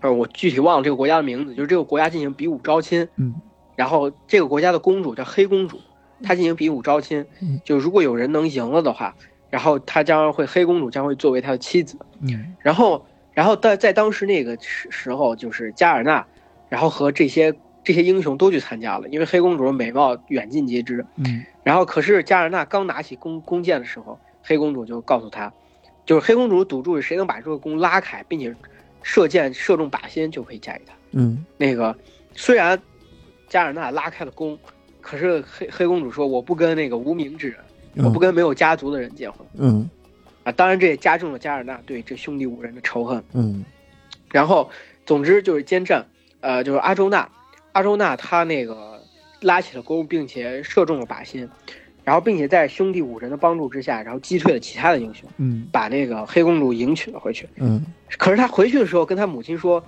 B: 呃，我具体忘了这个国家的名字，就是这个国家进行比武招亲，
A: 嗯
B: 然后这个国家的公主叫黑公主，她进行比武招亲
A: 嗯，
B: 就如果有人能赢了的话，然后她将会黑公主将会作为她的妻子。
A: 嗯
B: 然后，然后在在当时那个时时候，就是加尔纳，然后和这些这些英雄都去参加了，因为黑公主的美貌远近皆知。
A: 嗯
B: 然后，可是加尔纳刚拿起弓弓箭的时候，黑公主就告诉他，就是黑公主赌注是谁能把这个弓拉开，并且射箭射中靶心就可以嫁给他。
A: 嗯
B: 那个虽然加尔纳拉开了弓，可是黑黑公主说我不跟那个无名之人，我不跟没有家族的人结婚
A: 嗯
B: 啊。当然，这也加重了加尔纳对这兄弟五人的仇恨。
A: 嗯
B: 然后，总之就是奸战，呃，就是阿周那，阿周那他那个拉起了弓，并且射中了靶心，然后并且在兄弟五人的帮助之下，然后击退了其他的英雄，
A: 嗯
B: 把那个黑公主迎娶了回去。
A: 嗯
B: 可是他回去的时候跟他母亲说：“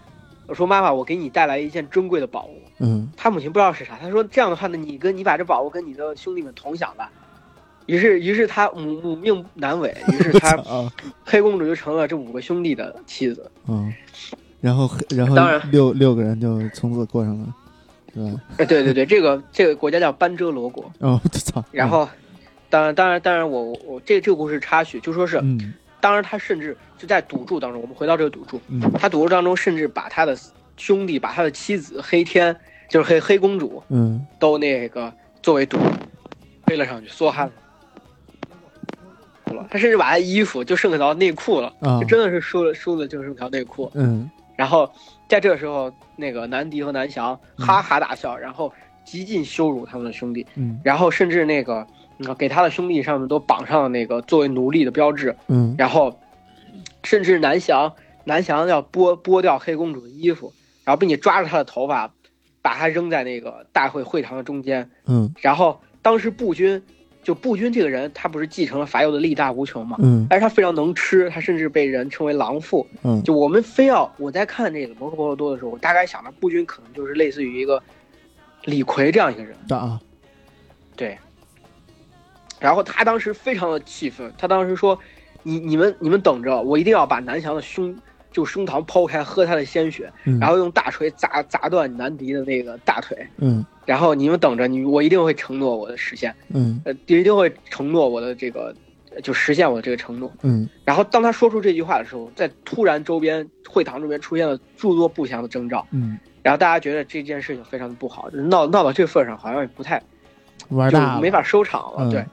B: 我说妈妈，我给你带来一件珍贵的宝物。”
A: 嗯
B: 他母亲不知道是啥，他说这样的话呢，你跟你把这宝物跟你的兄弟们同享吧。于是，于是他母母命难违，于是
A: [laughs]
B: 他
A: 啊
B: 黑公主就成了这五个兄弟的妻子。
A: 嗯，然后然后六六个人就从此过上了，对吧？
B: 哎，对对对，这个这个国家叫班遮罗国。
A: 哦，操！
B: [laughs] 然后，当然当然当然我，我我这这个故事插曲就说是，
A: 嗯
B: 当然他甚至就在赌注当中，我们回到这个赌注，
A: 嗯
B: 他赌注当中甚至把他的兄弟、把他的妻子黑天，就是黑黑公主，
A: 嗯
B: 都那个作为赌背了上去，梭哈了。他甚至把他衣服就剩条内裤了，
A: 啊
B: 就真的是输了，输的就剩条内裤。
A: 嗯
B: 然后在这时候，那个南迪和南翔
A: 嗯
B: 哈哈大笑，然后极尽羞辱他们的兄弟，
A: 嗯
B: 然后甚至那个嗯给他的兄弟上面都绑上了那个作为奴隶的标志，
A: 嗯
B: 然后甚至南翔南翔要剥剥掉黑公主的衣服，然后并且抓住她的头发，把他扔在那个大会会堂的中间。
A: 嗯
B: 然后当时步军，就步军这个人，他不是继承了伐甬的力大无穷嘛，
A: 嗯
B: 但是他非常能吃，他甚至被人称为狼父。
A: 嗯
B: 就我们非要我在看这个《摩诃婆罗多》的时候，我大概想到步军可能就是类似于一个李逵这样一个人。
A: 大啊，
B: 然后他当时非常的气愤，他当时说：“你你们你们等着，我一定要把南翔的胸就胸膛剖开，喝他的鲜血，
A: 嗯
B: 然后用大锤砸砸断南迪的那个大腿。
A: 嗯
B: 然后你们等着，你我一定会承诺我的实现，
A: 嗯
B: 呃，一定会承诺我的这个，呃就实现我这个承诺。”
A: 嗯
B: 然后当他说出这句话的时候，在突然周边会堂周边出现了诸多不祥的征兆，
A: 嗯，
B: 然后大家觉得这件事情非常的不好，闹闹到这份上好像也不太
A: 玩
B: 就
A: 大了
B: 没法收场了，
A: 嗯
B: 对。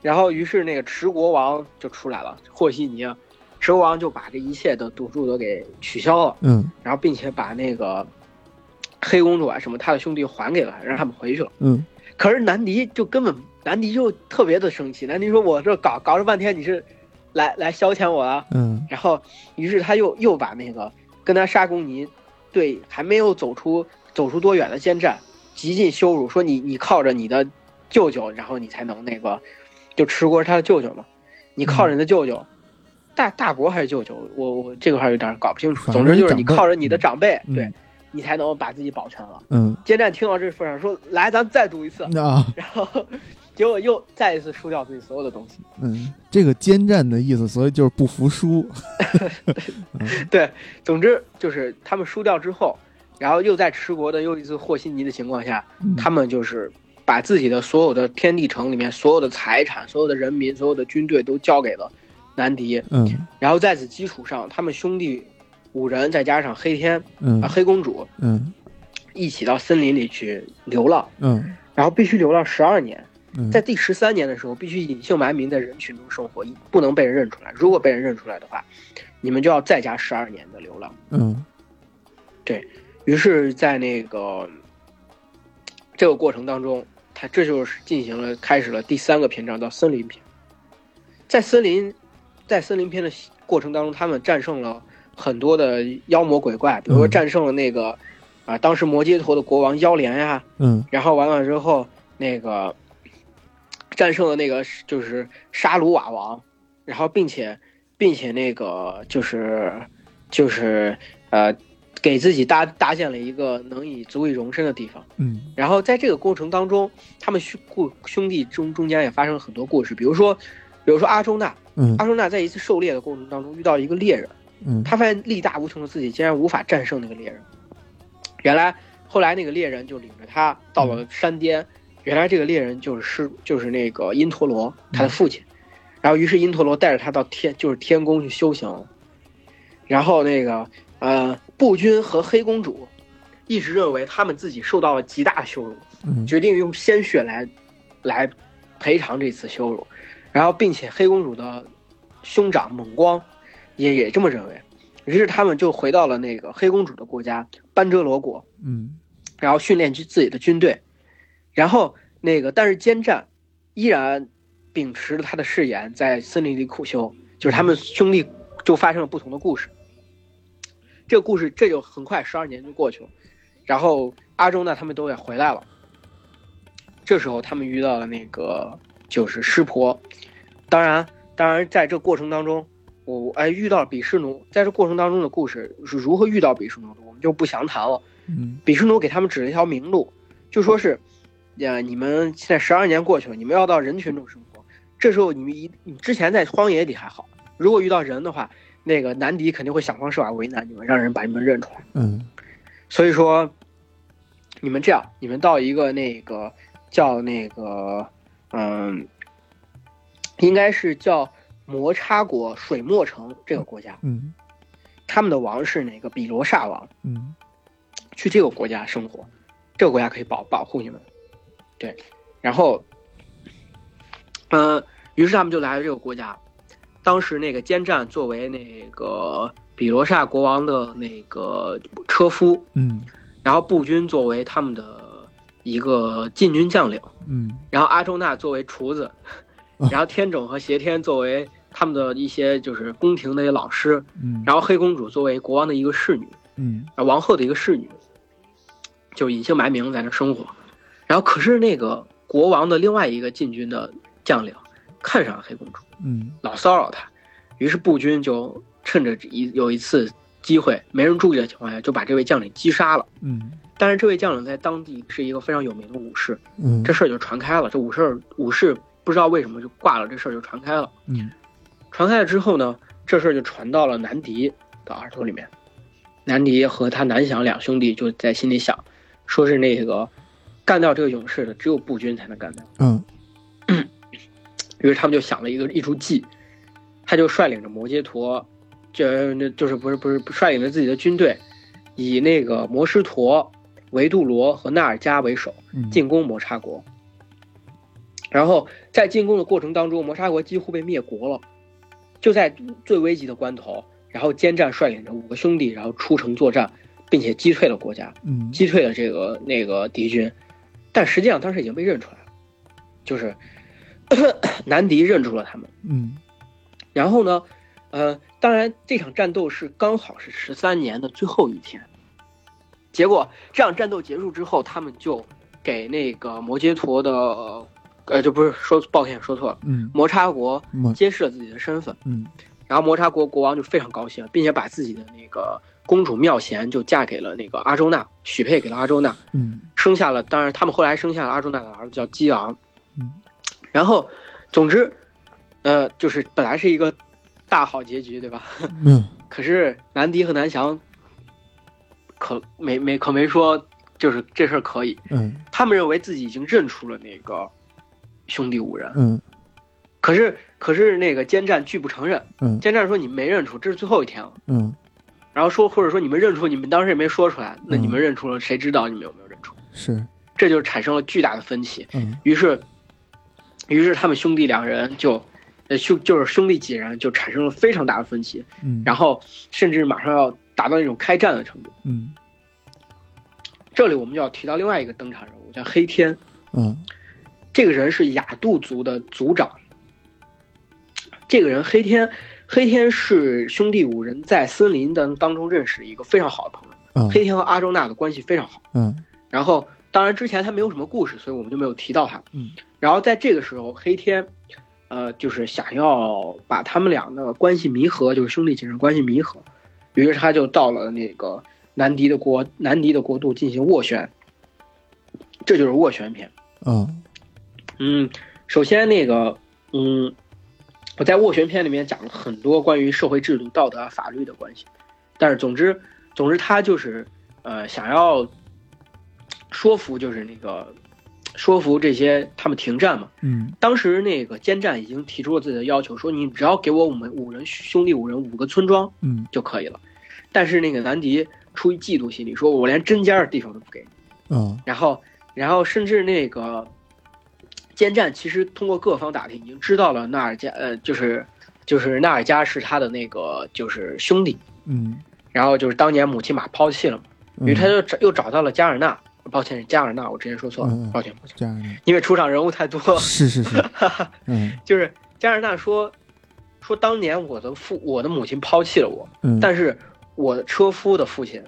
B: 然后于是那个持国王就出来了，霍西尼啊，持国王就把这一切的赌注都给取消了，
A: 嗯
B: 然后并且把那个黑公主啊什么她的兄弟还给了她，让他们回去了。
A: 嗯
B: 可是南迪就根本，南迪就特别的生气，南迪说：“我这搞搞了半天，你是来来消遣我啊？”
A: 嗯
B: 然后，于是他又又把那个跟他沙公尼对还没有走出走出多远的奸战，极尽羞辱，说你你靠着你的舅舅，然后你才能那个，就持国是他的舅舅嘛，你靠着你的舅舅，大大伯还是舅舅，我我这个还有点搞不清楚。
A: 反正
B: 总之就是你
A: 长辈
B: 靠着你的长辈，
A: 嗯
B: 对你才能把自己保全了。
A: 嗯
B: 奸战听到这份上说，来咱再赌一次，
A: 啊
B: 然后结果又再一次输掉自己所有的东西。
A: 嗯，这个奸战的意思，所以就是不服输。
B: [laughs] 总之就是他们输掉之后，然后又在持国的又一次和稀泥的情况下，
A: 嗯
B: 他们就是把自己的所有的天地城里面所有的财产、所有的人民、所有的军队都交给了南迪，
A: 嗯
B: 然后在此基础上，他们兄弟五人再加上黑天啊、
A: 嗯
B: 黑公主
A: 嗯
B: 一起到森林里去流浪，
A: 嗯
B: 然后必须流浪十二年，
A: 嗯，
B: 在第十三年的时候必须隐姓埋名在人群中生活，不能被人认出来。如果被人认出来的话，你们就要再加十二年的流浪。
A: 嗯
B: 于是，在那个这个过程当中，他这就是进行了开始了第三个篇章，叫森林篇。在森林，在森林篇的过程当中，他们战胜了很多的妖魔鬼怪，比如说
A: 嗯
B: 战胜了那个啊、当时摩羯陀的国王妖莲呀、
A: 嗯
B: 然后完了之后，那个战胜了那个就是沙鲁瓦王，然后并且并且那个就是就是呃，给自己搭搭建了一个能以足以容身的地方。
A: 嗯
B: 然后在这个过程当中，他们兄故兄弟中中间也发生了很多故事，比如说比如说阿忠纳，
A: 嗯
B: 阿忠纳在一次狩猎的过程当中遇到一个猎人。
A: 嗯，
B: 他发现力大无穷的自己竟然无法战胜那个猎人。原来后来那个猎人就领着他到了山巅，原来这个猎人就是师就是那个因陀罗他的父亲，然后于是因陀罗带着他到天就是天宫去修行，然后那个呃步军和黑公主一直认为他们自己受到了极大的羞辱，
A: 嗯
B: 决定用鲜血来来赔偿这次羞辱，然后并且黑公主的兄长猛光也也这么认为，于是他们就回到了那个黑公主的国家班遮罗国，
A: 嗯
B: 然后训练军自己的军队，然后那个但是奸战依然秉持着他的誓言，在森林里苦修，就是他们兄弟就发生了不同的故事。这个故事这就很快十二年就过去了，然后阿忠呢他们都也回来了。这时候他们遇到了那个就是湿婆，当然当然在这过程当中，我我哎遇到了比湿奴，在这过程当中的故事是如何遇到比湿奴的，我们就不详谈了。
A: 嗯
B: 比什奴给他们指了一条明路，就说是，呃，你们现在十二年过去了，你们要到人群中生活。这时候你们一，你之前在荒野里还好，如果遇到人的话，那个南迪肯定会想方设法为难你们，让人把你们认出来。
A: 嗯
B: 所以说，你们这样，你们到一个那个叫那个，嗯，应该是叫摩叉国水墨城这个国家，
A: 嗯
B: 他们的王是哪个比罗煞王。
A: 嗯
B: 去这个国家生活，这个国家可以保保护你们。对，然后，呃，于是他们就来了这个国家。当时那个奸战作为那个比罗刹国王的那个车夫，
A: 嗯
B: 然后步军作为他们的一个禁军将领，
A: 嗯
B: 然后阿周那作为厨子，然后天种和挟天作为他们的一些就是宫廷的一些老师，
A: 嗯
B: 然后黑公主作为国王的一个侍女。
A: 嗯
B: 呃王后的一个侍女。就是隐姓埋名在那生活。然后可是那个国王的另外一个禁军的将领看上了黑公主，
A: 嗯
B: 老骚扰她，于是步军就趁着一有一次机会没人注意的情况下，就把这位将领击杀了。
A: 嗯
B: 但是这位将领在当地是一个非常有名的武士，
A: 嗯
B: 这事儿就传开了。这武士武士不知道为什么就挂了，这事儿就传开了。
A: 嗯
B: 传开了之后呢，这事儿就传到了南迪的耳朵里面。南迪和他南响两兄弟就在心里想，说是那个干掉这个勇士的只有步军才能干掉。
A: 嗯
B: 于是他们就想了一个一出计，他就率领着摩羯陀，就那就是不是不是率领着自己的军队，以那个摩师陀、维杜罗和纳尔加为首，
A: 嗯，
B: 进攻摩擦国。然后在进攻的过程当中，摩擦国几乎被灭国了。就在最危急的关头，然后坚战率领着五个兄弟，然后出城作战，并且击退了国家，
A: 嗯
B: 击退了这个那个敌军。但实际上当时已经被认出来了，就是 [coughs] 南迪认出了他们。
A: 嗯
B: 然后呢，呃，当然这场战斗是刚好是十三年的最后一天。结果这场战斗结束之后，他们就给那个摩羯陀的，呃，就不是说抱歉说错了，
A: 嗯
B: 摩擦国
A: 嗯
B: 揭示了自己的身份，
A: 嗯
B: 然后摩擦国国王就非常高兴，并且把自己的那个公主妙贤就嫁给了那个阿周娜，许配给了阿周娜，
A: 嗯
B: 生下了，当然他们后来生下了阿朱娜的儿子叫基昂。
A: 嗯，
B: 然后，总之，呃，就是本来是一个大好结局，对吧？
A: 嗯
B: 可是南迪和南翔可没没可没说，就是这事儿可以。
A: 嗯
B: 他们认为自己已经认出了那个兄弟五人，
A: 嗯
B: 可是可是那个奸战拒不承认。
A: 嗯
B: 奸战说你们没认出，这是最后一天了。
A: 嗯，
B: 然后说或者说你们认出，你们当时也没说出来，那
A: 嗯
B: 你们认出了，谁知道你们有没有认出？
A: 是
B: 这就产生了巨大的分歧。
A: 嗯
B: 于是，于是他们兄弟两人就，呃兄就是兄弟几人就产生了非常大的分歧，
A: 嗯，
B: 然后甚至马上要达到那种开战的程度。
A: 嗯
B: 这里我们就要提到另外一个登场人物，叫黑天。
A: 嗯
B: 这个人是雅杜族的族长。这个人黑天，黑天是兄弟五人在森林当当中认识的一个非常好的朋友。
A: 嗯
B: 黑天和阿周娜的关系非常好。
A: 嗯
B: 然后，当然之前他没有什么故事，所以我们就没有提到他。
A: 嗯，
B: 然后在这个时候，黑天，呃，就是想要把他们俩的关系弥合，就是兄弟几人关系弥合，于是他就到了那个南迪的国南迪的国度进行斡旋，这就是斡旋篇。
A: 嗯
B: 嗯，首先那个，嗯，我在斡旋篇里面讲了很多关于社会制度、道德、啊、法律的关系，但是总之，总之他就是呃想要说服，就是那个说服这些他们停战嘛。
A: 嗯
B: 当时那个监战已经提出了自己的要求，说你只要给我我们五人兄弟五人五个村庄
A: 嗯
B: 就可以了。但是那个南迪出于嫉妒心理，说我连针尖儿的地方都不给你。
A: 嗯
B: 然后，然后甚至那个奸战其实通过各方打听已经知道了纳尔加，呃，就是就是纳尔加是他的那个就是兄弟，
A: 嗯，
B: 然后就是当年母亲马抛弃了嘛，于是他就找又找到了加尔纳，抱歉是加尔纳，我之前说错了
A: 嗯嗯，
B: 抱歉抱歉，
A: 这样的，
B: 因为出场人物太多了， [laughs]
A: 是是是，嗯
B: 就是加尔纳说说当年我的父我的母亲抛弃了我，
A: 嗯，
B: 但是我的车夫的父亲，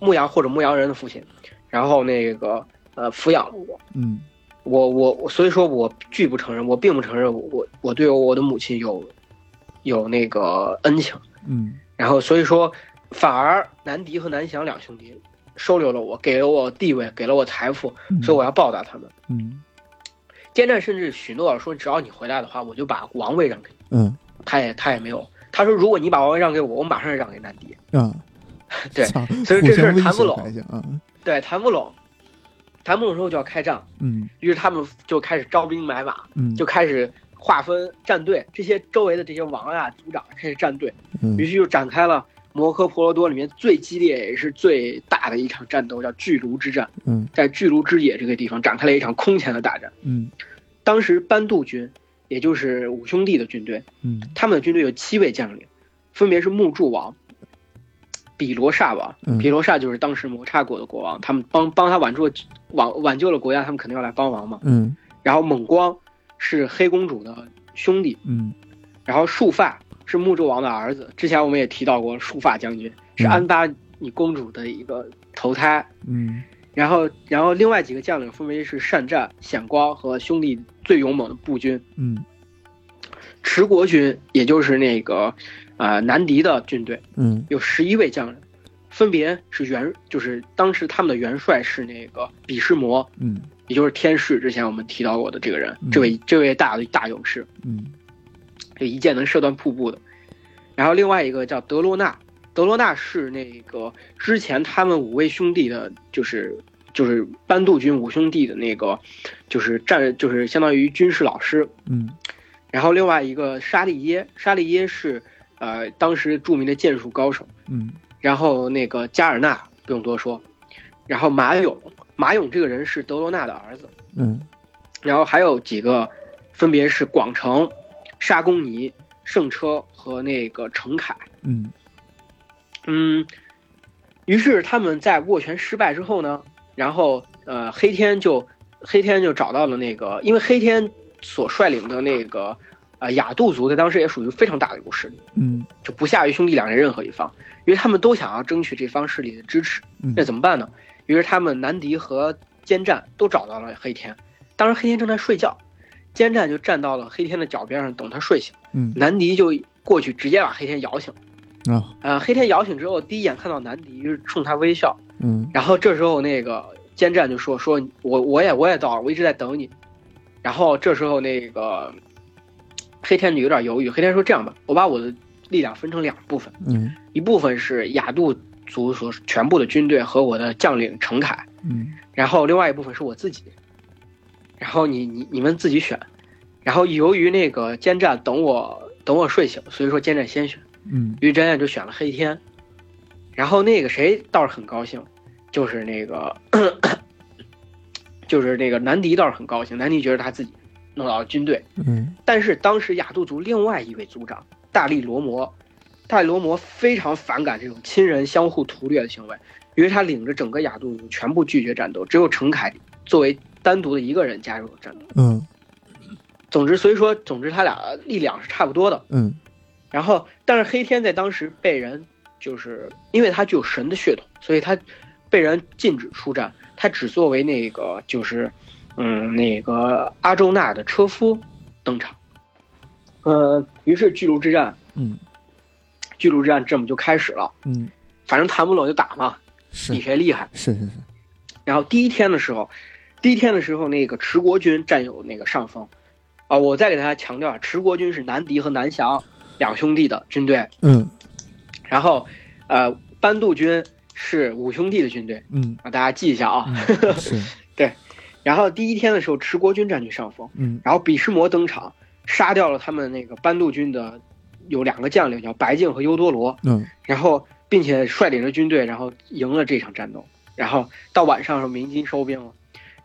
B: 牧羊或者牧羊人的父亲，然后那个呃抚养了我。
A: 嗯
B: 我我我，所以说我拒不承认，我并不承认我我我对我的母亲有有那个恩情，
A: 嗯
B: 然后所以说反而南迪和南翔两兄弟收留了我，给了我地位，给了我财富，所以我要报答他们。
A: 嗯
B: 奸战甚至许诺说，只要你回来的话，我就把王位让给你。
A: 嗯
B: 他也他也没有，他说如果你把王位让给我，我马上让给南迪。
A: 啊，啊，
B: 对，谈不拢，谈不拢之后就要开战，
A: 嗯
B: 于是他们就开始招兵买马。
A: 嗯，
B: 就开始划分战队，这些周围的这些王啊、族长开始站队，
A: 嗯
B: 于是就展开了摩诃婆罗多里面最激烈也是最大的一场战斗，叫巨鹿之战。
A: 嗯
B: 在巨鹿之野这个地方展开了一场空前的大战。
A: 嗯
B: 当时班杜军，也就是五兄弟的军队，
A: 嗯
B: 他们的军队有七位将领，分别是木柱王、比罗刹王。
A: 嗯
B: 比罗刹就是当时摩叉国的国王，他们帮帮他挽住了挽挽救了国家，他们肯定要来帮忙嘛。
A: 嗯
B: 然后猛光是黑公主的兄弟，
A: 嗯
B: 然后束发是木柱王的儿子，之前我们也提到过，束发将军是安巴尼公主的一个头胎。
A: 嗯
B: 然后，然后另外几个将领分别是善战、显光和兄弟最勇猛的步军。
A: 嗯
B: 持国军也就是那个，呃，南敌的军队
A: 嗯
B: 有十一位将领，分别是元，就是当时他们的元帅是那个比视魔，
A: 嗯
B: 也就是天士，之前我们提到过的这个人，
A: 嗯
B: 这位这位大大勇士，
A: 嗯
B: 就一箭能射断瀑布的。然后另外一个叫德罗纳，德罗纳是那个之前他们五位兄弟的，就是就是班杜军五兄弟的那个，就是战就是相当于军事老师。
A: 嗯
B: 然后另外一个沙利耶，沙利耶是呃当时著名的剑术高手。
A: 嗯
B: 然后那个加尔纳不用多说，然后马勇，马勇这个人是德罗纳的儿子。
A: 嗯
B: 然后还有几个，分别是广成、沙公尼、圣车和那个程凯。
A: 嗯
B: 嗯，于是他们在握拳失败之后呢，然后呃，黑天就黑天就找到了那个，因为黑天所率领的那个呃雅杜族，在当时也属于非常大的一股势力，
A: 嗯
B: 就不下于兄弟两人任何一方，因为他们都想要争取这方势力的支持。
A: 嗯
B: 那怎么办呢？于是他们南迪和奸战都找到了黑天，当时黑天正在睡觉，奸战就站到了黑天的脚边上等他睡醒，
A: 嗯
B: 南迪就过去直接把黑天摇醒。
A: 啊
B: 呃，黑天摇醒之后，第一眼看到南迪，就是冲他微笑。
A: 嗯
B: 然后这时候那个奸战就说：“说我我也我也到了，我一直在等你。”然后这时候那个黑天就有点犹豫，黑天说：“这样吧，我把我的力量分成两部分，
A: 嗯
B: 一部分是雅杜族所全部的军队和我的将领程凯，
A: 嗯
B: 然后另外一部分是我自己，然后你你你们自己选，然后由于那个奸战等我等我睡醒，所以说奸战先选，
A: 嗯
B: 于是奸战就选了黑天，然后那个谁倒是很高兴，就是那个 [coughs] 就是那个南迪倒是很高兴，南迪觉得他自己弄到了军队，
A: 嗯
B: 但是当时雅杜族另外一位族长大力罗摩，大力罗摩非常反感这种亲人相互屠掠的行为，于是他领着整个雅杜族全部拒绝战斗，只有程凯作为单独的一个人加入了战斗。
A: 嗯
B: 总之，所以说，总之他俩力量是差不多的。
A: 嗯
B: 然后，但是黑天在当时被人就是因为他具有神的血统，所以他被人禁止出战，他只作为那个就是嗯那个阿周那的车夫登场。呃，于是巨鹿之战，
A: 嗯
B: 巨鹿之战这么就开始了。
A: 嗯
B: 反正谈不拢就打嘛，
A: 是
B: 比谁厉害。
A: 是是是
B: 然后第一天的时候，第一天的时候，那个持国军占有那个上风。啊、我再给大家强调，啊，持国军是南迪和南翔两兄弟的军队，
A: 嗯
B: 然后，呃，班杜军是五兄弟的军队
A: 嗯
B: 啊，大家记一下啊。 [laughs]
A: 嗯是
B: 然后第一天的时候，持国军占据上风，
A: 嗯
B: 然后比什摩登场，杀掉了他们那个班杜军的有两个将领叫白净和优多罗，
A: 嗯
B: 然后并且率领着军队，然后赢了这场战斗。然后到晚上的时候，明金收兵了。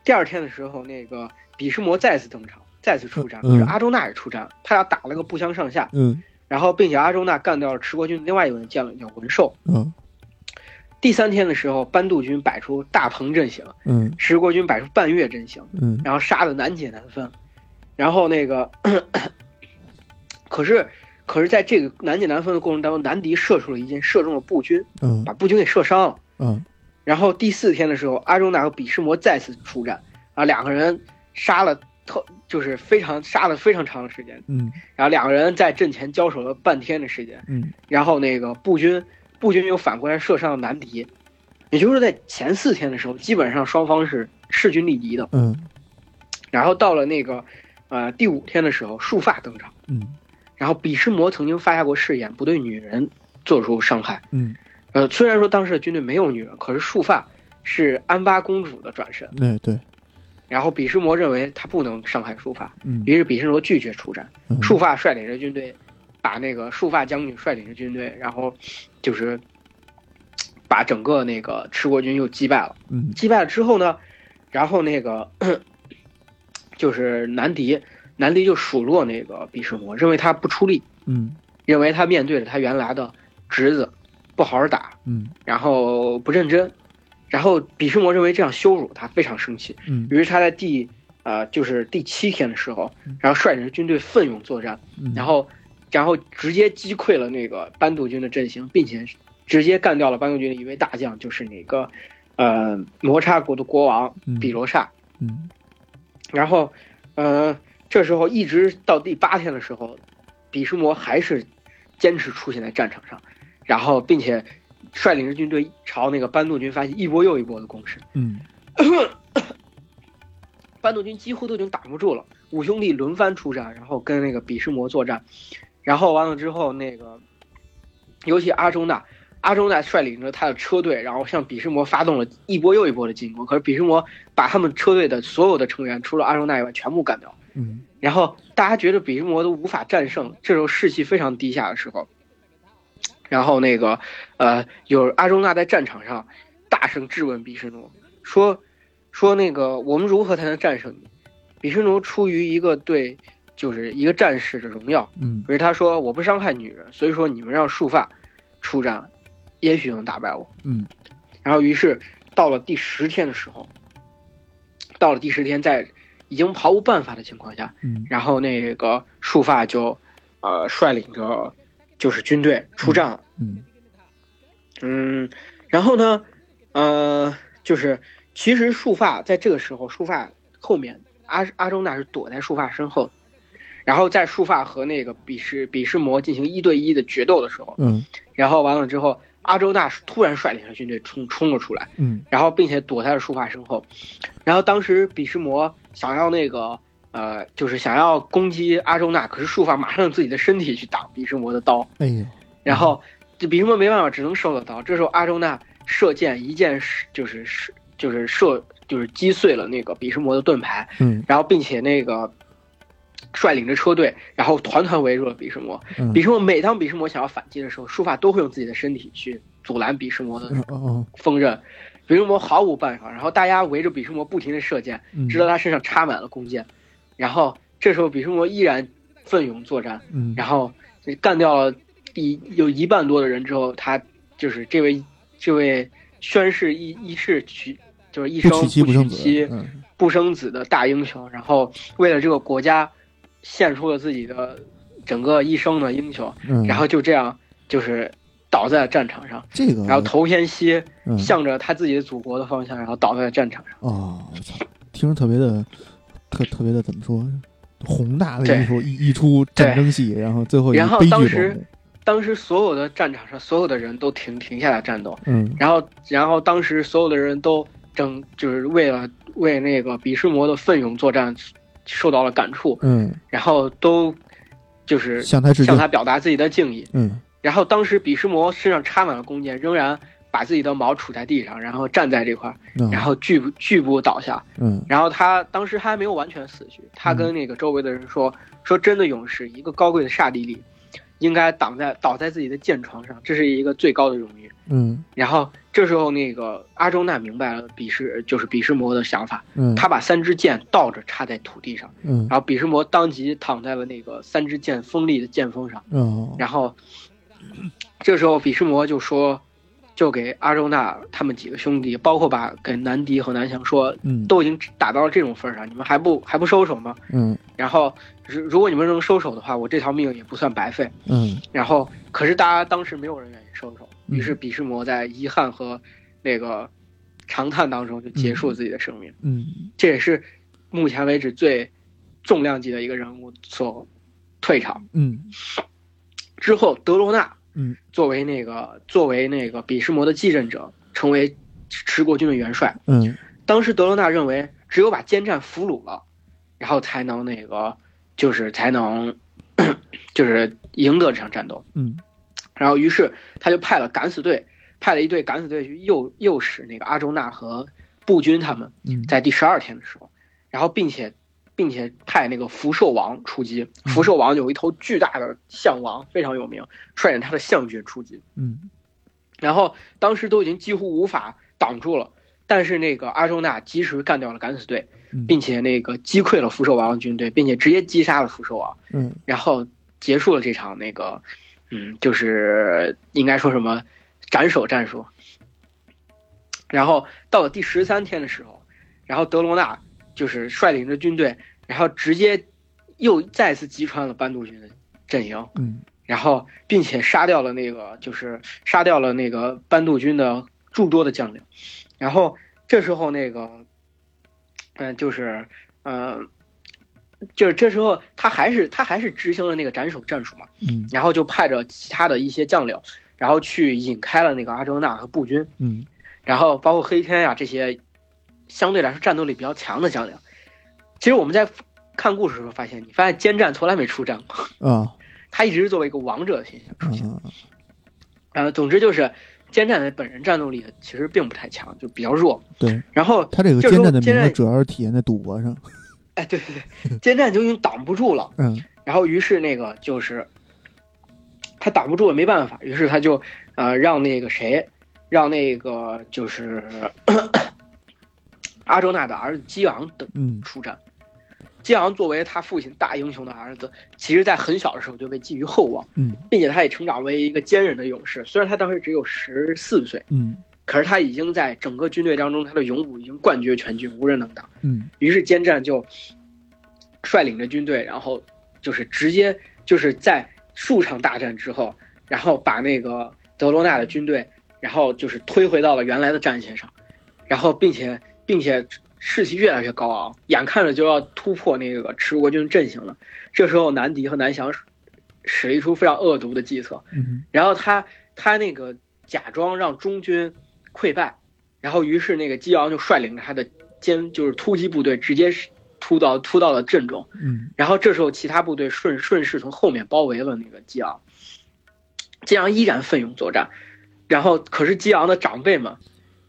B: 第二天的时候，那个比什摩再次登场，再次出战，
A: 嗯
B: 就是阿周那也出战，他俩打了个不相上下。
A: 嗯
B: 然后，并且阿周那干掉了持国军另外一位将领叫文寿。
A: 嗯
B: 第三天的时候，班杜军摆出大鹏阵型，
A: 嗯
B: 十国军摆出半月阵型，
A: 嗯
B: 然后杀的难解难分。然后那个， [coughs] 可是，可是在这个难解难分的过程当中，南迪射出了一箭，射中了步军，
A: 嗯
B: 把步军给射伤了。
A: 嗯
B: 然后第四天的时候，阿周那和比什摩再次出战，啊，两个人杀了特就是非常杀了非常长的时间，
A: 嗯
B: 然后两个人在阵前交手了半天的时间。
A: 嗯
B: 然后那个步军，步军又反过来射伤了南敌，也就是在前四天的时候，基本上双方是势均力敌的。
A: 嗯
B: 然后到了那个，呃，第五天的时候，束发登场，
A: 嗯
B: 然后比什摩曾经发下过誓言，不对女人做出伤害。
A: 嗯，
B: 呃，虽然说当时的军队没有女人，可是束发是安巴公主的转身，
A: 对哎对，
B: 然后比什摩认为他不能伤害束发，
A: 嗯
B: 于是比什摩拒绝出战。
A: 嗯
B: 束发率领着军队，把那个束发将军率领着军队，然后就是把整个那个持国军又击败了。
A: 嗯
B: 击败了之后呢，然后那个 [coughs] 就是南迪，南迪就数落那个比什摩，认为他不出力，
A: 嗯
B: 认为他面对着他原来的侄子不好好打，
A: 嗯
B: 然后不认真，然后比什摩认为这样羞辱他，非常生气。
A: 嗯
B: 于是他在第呃就是第七天的时候，然后率领着军队奋勇作战。
A: 嗯，
B: 然
A: 后
B: 后，然后直接击溃了那个班杜军的阵型，并且直接干掉了班杜军的一位大将，就是那个，呃摩擦国的国王
A: 嗯
B: 比罗刹，
A: 嗯
B: 然后，呃，这时候一直到第八天的时候，比什摩还是坚持出现在战场上，然后并且率领着军队朝那个班杜军发起一波又一波的攻势。
A: 嗯
B: 班杜军几乎都已经挡不住了，五兄弟轮番出战，然后跟那个比什摩作战，然后完了之后，那个尤其阿忠那，阿忠那率领着他的车队，然后向比什摩发动了一波又一波的进攻，可是比什摩把他们车队的所有的成员，除了阿忠那以外，全部干掉。
A: 嗯
B: 然后大家觉得比什摩都无法战胜，这时候士气非常低下的时候，然后那个呃，有阿忠那在战场上大声质问比什奴，说说那个我们如何才能战胜你？比什奴出于一个对就是一个战士的荣耀，
A: 嗯
B: 可是他说我不伤害女人，所以说你们让束发出战，也许能打败我。
A: 嗯
B: 然后于是到了第十天的时候，到了第十天，在已经毫无办法的情况下，
A: 嗯
B: 然后那个束发就，呃，率领着就是军队出战了。
A: 嗯
B: 嗯，然后呢，呃，就是其实束发在这个时候，束发后面阿阿忠那是躲在束发身后的，然后在束发和那个比什比什魔进行一对一的决斗的时候，
A: 嗯
B: 然后完了之后，阿忠那突然率领着军队冲冲了出来。
A: 嗯
B: 然后并且躲在了束发身后。然后当时比什摩想要那个呃，就是想要攻击阿周那，可是束发马上用自己的身体去挡比什摩的刀，
A: 哎呦
B: 然后这比什摩没办法，只能收了刀。这时候阿周那射箭一箭是就是是就是射就是击碎了那个比什摩的盾牌，
A: 嗯
B: 然后并且那个。率领着车队，然后团团围住了比什摩。
A: 嗯
B: 比什摩每当比什摩想要反击的时候，束发都会用自己的身体去阻拦比什摩的
A: 哦哦
B: 锋刃，比什摩毫无办法，然后大家围着比什摩不停的射箭，
A: 嗯
B: 直到他身上插满了弓箭，然后这时候比什摩依然奋勇作战，
A: 嗯
B: 然后干掉了一有一半多的人之后，他就是这位这位宣誓一一世娶就是一生
A: 不娶妻
B: 不
A: 不
B: 娶
A: 生子
B: 妻
A: 嗯
B: 不生子的大英雄，然后为了这个国家献出了自己的整个一生的英雄，
A: 嗯
B: 然后就这样就是倒在了战场上，
A: 这个
B: 然后头偏西。
A: 嗯
B: 向着他自己的祖国的方向，然后倒在了战场上。
A: 哦我操听着特别的特特别的怎么说宏大的一
B: 对
A: 出一一出战争戏然后最后以
B: 然后
A: 悲剧
B: 当
A: 落
B: 时
A: 幕
B: 当时所有的战场上，所有的人都停停下来战斗，
A: 嗯
B: 然后然后当时所有的人都整就是为了为那个比什摩的奋勇作战受到了感触，
A: 嗯
B: 然后都就是
A: 向他致敬
B: 向他表达自己的敬意。
A: 嗯
B: 然后当时比什摩身上插满了弓箭，仍然把自己的矛杵在地上，然后站在这块儿，
A: 嗯
B: 然后拒不拒不倒下。
A: 嗯
B: 然后他当时还没有完全死去，他跟那个周围的人说：“说真的，勇士，一个高贵的刹帝利，应该挡在倒在自己的箭床上，这是一个最高的荣誉。
A: 嗯”
B: 然后这时候，那个阿周那明白了比什就是比什摩的想法，
A: 嗯
B: 他把三支箭倒着插在土地上，
A: 嗯
B: 然后比什摩当即躺在了那个三支箭锋利的剑锋上。
A: 哦
B: 然后这时候比什摩就说，就给阿周那他们几个兄弟，包括把给南迪和南翔说，
A: 嗯
B: 都已经打到了这种份儿上，你们还不还不收手吗？
A: 嗯
B: 然后，如如果你们能收手的话，我这条命也不算白费。
A: 嗯
B: 然后，可是大家当时没有人愿意收手，
A: 嗯
B: 于是比什摩在遗憾和那个长叹当中就结束了自己的生命。
A: 嗯
B: 这也是目前为止最重量级的一个人物所退场
A: 嗯
B: 之后，德罗纳
A: 嗯
B: 作为那个作为那个比什摩的继任者，成为持国军的元帅。
A: 嗯
B: 当时德罗纳认为，只有把奸战俘虏了，然后才能那个，就是才能，就是赢得这场战斗。
A: 嗯
B: 然后，于是他就派了敢死队，派了一队敢死队去诱诱使那个阿周那和步军他们
A: 嗯
B: 在第十二天的时候，然后并且并且派那个福寿王出击。福寿王有一头巨大的象王，非常有名，率领他的象军出击。
A: 嗯
B: 然后当时都已经几乎无法挡住了，但是那个阿周那及时干掉了敢死队
A: 嗯，
B: 并且那个击溃了福寿王的军队，并且直接击杀了福寿王，
A: 嗯
B: 然后结束了这场那个，嗯，就是应该说什么斩首战术。然后到了第十三天的时候，然后德罗纳就是率领着军队，然后直接又再次击穿了班杜军的阵营，
A: 嗯
B: 然后并且杀掉了那个就是杀掉了那个班杜军的诸多的将领，然后这时候那个，嗯、就是，嗯、就是这时候他还是他还是执行了那个斩首战术嘛，
A: 嗯
B: 然后就派着其他的一些将领，然后去引开了那个阿哲那和步军，
A: 嗯
B: 然后包括黑天呀、这些，相对来说战斗力比较强的将领。其实我们在看故事的时候发现，你发现奸战从来没出战过，
A: 啊
B: 他一直是作为一个王者的形象
A: 啊
B: 出现。呃，总之就是奸战的本人战斗力其实并不太强，就比较弱。
A: 对
B: 然后
A: 他这个
B: 这
A: 奸
B: 时候
A: 战的名
B: 奸
A: 字
B: 战
A: 主要是体现在赌博上，
B: 哎，对对对，奸战就已经挡不住了。
A: 嗯
B: 然后于是那个就是他挡不住也没办法，于是他就呃让那个谁，让那个就是 [coughs] 咳咳阿周那的儿子激昂等
A: 嗯
B: 出战。激昂作为他父亲大英雄的儿子，其实在很小的时候就被寄予厚望，
A: 嗯
B: 并且他也成长为一个坚韧的勇士。虽然他当时只有十四岁，
A: 嗯
B: 可是他已经在整个军队当中，他的勇武已经冠绝全军，无人能挡。
A: 嗯
B: 于是奸战就率领着军队，然后就是直接就是在数场大战之后，然后把那个德罗纳的军队，然后就是推回到了原来的战线上，然后并且并且士气越来越高昂，眼看着就要突破那个持国军阵型了。这时候南迪和南翔使使了一出非常恶毒的计策，
A: 嗯
B: 然后他他那个假装让中军溃败，然后于是那个激昂就率领着他的歼就是突击部队直接是突到突到了阵中，
A: 嗯
B: 然后这时候其他部队顺顺势从后面包围了那个激昂，激昂依然奋勇作战，然后可是激昂的长辈们，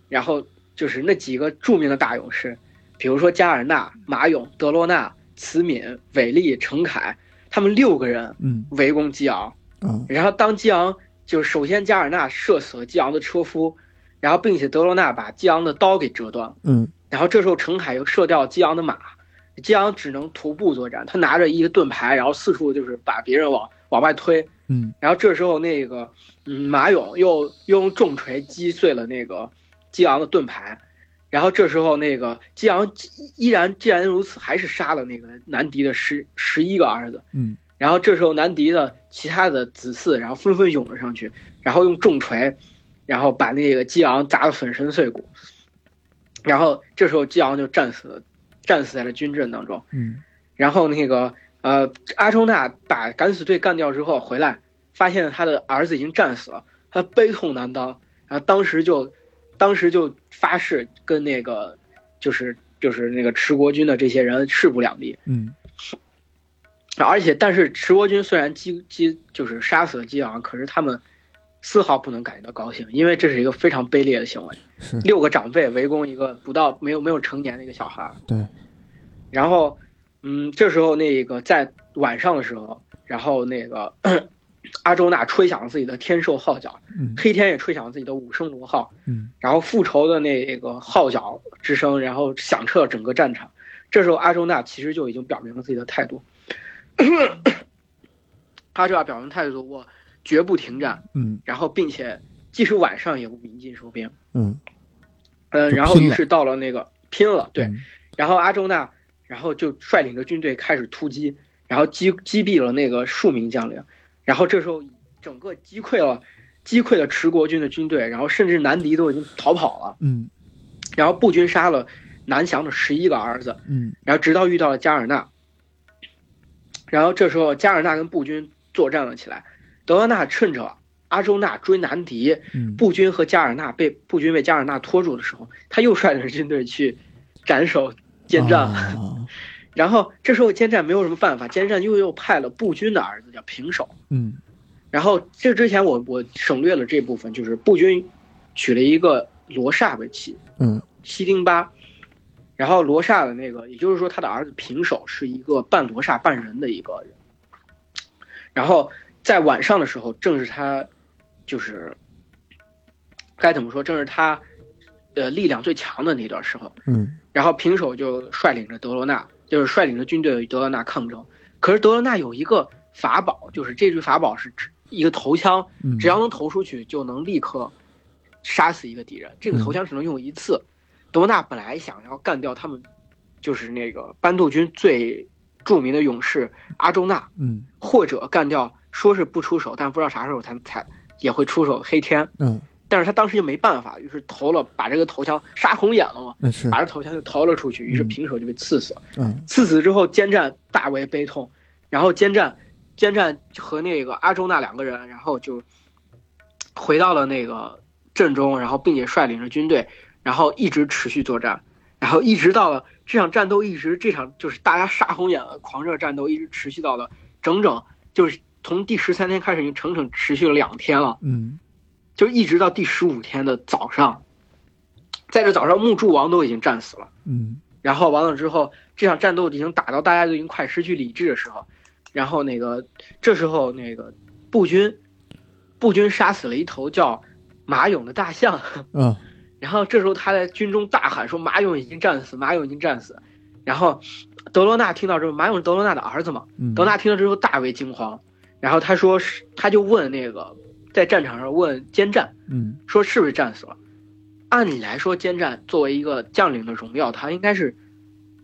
B: 然后就是那几个著名的大勇士，比如说加尔纳、马勇、德罗纳、茨敏、韦利、程凯，他们六个人
A: 嗯
B: 围攻激昂。
A: 啊
B: 然后当激昂就是首先加尔纳射死了激昂的车夫，然后并且德罗纳把激昂的刀给折断了，
A: 嗯
B: 然后这时候程凯又射掉激昂的马，激昂只能徒步作战，他拿着一个盾牌，然后四处就是把别人往往外推，
A: 嗯
B: 然后这时候那个嗯马勇又又用重锤击碎了那个激昂的盾牌。然后这时候，那个激昂依然既然如此，还是杀了那个南迪的十十一个儿子。
A: 嗯
B: 然后这时候南迪的其他的子嗣，然后纷纷涌了上去，然后用重锤，然后把那个激昂砸得粉身碎骨。然后这时候激昂就战死了，战死在了军阵当中。
A: 嗯
B: 然后那个呃，阿周那把敢死队干掉之后回来，发现他的儿子已经战死了，他悲痛难当，然后当时就，当时就发誓跟那个就是就是那个持国军的这些人势不两立。
A: 嗯
B: 而且，但是持国军虽然击击就是杀死了激昂，可是他们丝毫不能感觉到高兴，因为这是一个非常卑劣的行为。
A: 是
B: 六个长辈围攻一个不到没有没有成年的一个小孩儿，
A: 对
B: 然后，嗯，这时候那个在晚上的时候，然后那个 [coughs] 阿周那吹响了自己的天兽号角，
A: 嗯
B: 黑天也吹响了自己的五声锣号，
A: 嗯
B: 然后复仇的那个号角之声，然后响彻整个战场。这时候阿周那其实就已经表明了自己的态度，阿周那表明态度，我绝不停战，
A: 嗯
B: 然后并且即使晚上也不引进收兵。
A: 嗯
B: 嗯，
A: 就
B: 然后
A: 拼
B: 于
A: 了
B: 是到了那个拼了，对，
A: 嗯
B: 然后阿周那，然后就率领着军队开始突击，然后击击毙了那个数名将领，然后这时候整个击溃了击溃了持国军的军队，然后甚至南迪都已经逃跑了，
A: 嗯
B: 然后步军杀了南翔的十一个儿子，
A: 嗯
B: 然后直到遇到了加尔纳，然后这时候加尔纳跟步军作战了起来，德拉纳趁着阿周那追南迪，
A: 嗯
B: 步军和加尔纳被步军被加尔纳拖住的时候，他又率领着军队去斩首奸战。
A: 啊
B: 然后这时候奸战没有什么办法，奸战又又派了步军的儿子叫平手。
A: 嗯
B: 然后这之前我我省略了这部分，就是步军娶了一个罗刹为妻
A: 嗯
B: 西丁巴，然后罗刹的那个，也就是说他的儿子平手是一个半罗刹半人的一个人。然后在晚上的时候，正是他就是该怎么说，正是他呃力量最强的那段时候。
A: 嗯
B: 然后平手就率领着德罗纳，就是率领着军队与德罗纳抗争。可是德罗纳有一个法宝，就是这具法宝是指一个头枪，
A: 嗯
B: 只要能投出去就能立刻杀死一个敌人。这个头枪只能用一次。德罗纳本来想要干掉他们，就是那个班杜军最著名的勇士阿周纳，
A: 嗯
B: 或者干掉说是不出手，但不知道啥时候才才也会出手黑天。
A: 嗯
B: 但是他当时又没办法，于是投了，把这个头枪杀红眼了嘛，
A: 那是
B: 把这头枪就投了出去，于是
A: 嗯
B: 平手就被刺死了。
A: 嗯
B: 刺死之后，奸战大为悲痛，然后奸战，奸战和那个阿周那两个人，然后就回到了那个阵中，然后并且率领着军队，然后一直持续作战，然后一直到了这场战斗，一直这场就是大家杀红眼了狂热战斗，一直持续到了整整就是从第十三天开始，已经整整持续了两天了。
A: 嗯
B: 就一直到第十五天的早上，在这早上，木柱王都已经战死了。
A: 嗯
B: 然后完了之后，这场战斗已经打到大家都已经快失去理智的时候，然后那个这时候那个步军，步军杀死了一头叫马勇的大象， [laughs]
A: 啊
B: 然后这时候他在军中大喊说：“马勇已经战死，马勇已经战死。”然后德罗纳听到之后，马勇是德罗纳的儿子嘛，
A: 嗯，
B: 德纳听了之后大为惊慌，然后他说是，他就问那个在战场上问奸战。
A: 嗯
B: 说是不是战死了？按理来说，奸战作为一个将领的荣耀，他应该是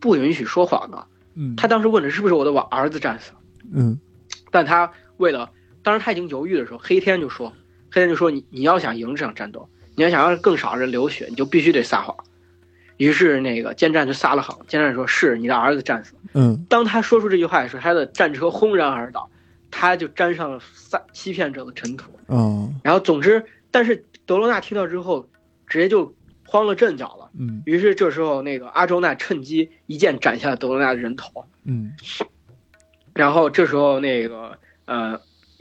B: 不允许说谎的。
A: 嗯
B: 他当时问的是不是我的我儿子战死了？
A: 嗯
B: 但他为了，当时他已经犹豫的时候，黑天就说，黑天就说你你要想赢这场战斗，你要想让更少人流血，你就必须得撒谎。于是那个奸战就撒了谎，奸战说是你的儿子战死了。
A: 嗯
B: 当他说出这句话的时候，他的战车轰然而倒，他就沾上了撒欺骗者的尘土。
A: 哦
B: 然后总之，但是德罗纳听到之后，直接就慌了阵脚了。
A: 嗯
B: 于是这时候，那个阿周那趁机一剑斩下了德罗纳的人头。
A: 嗯
B: 然后这时候，那个呃，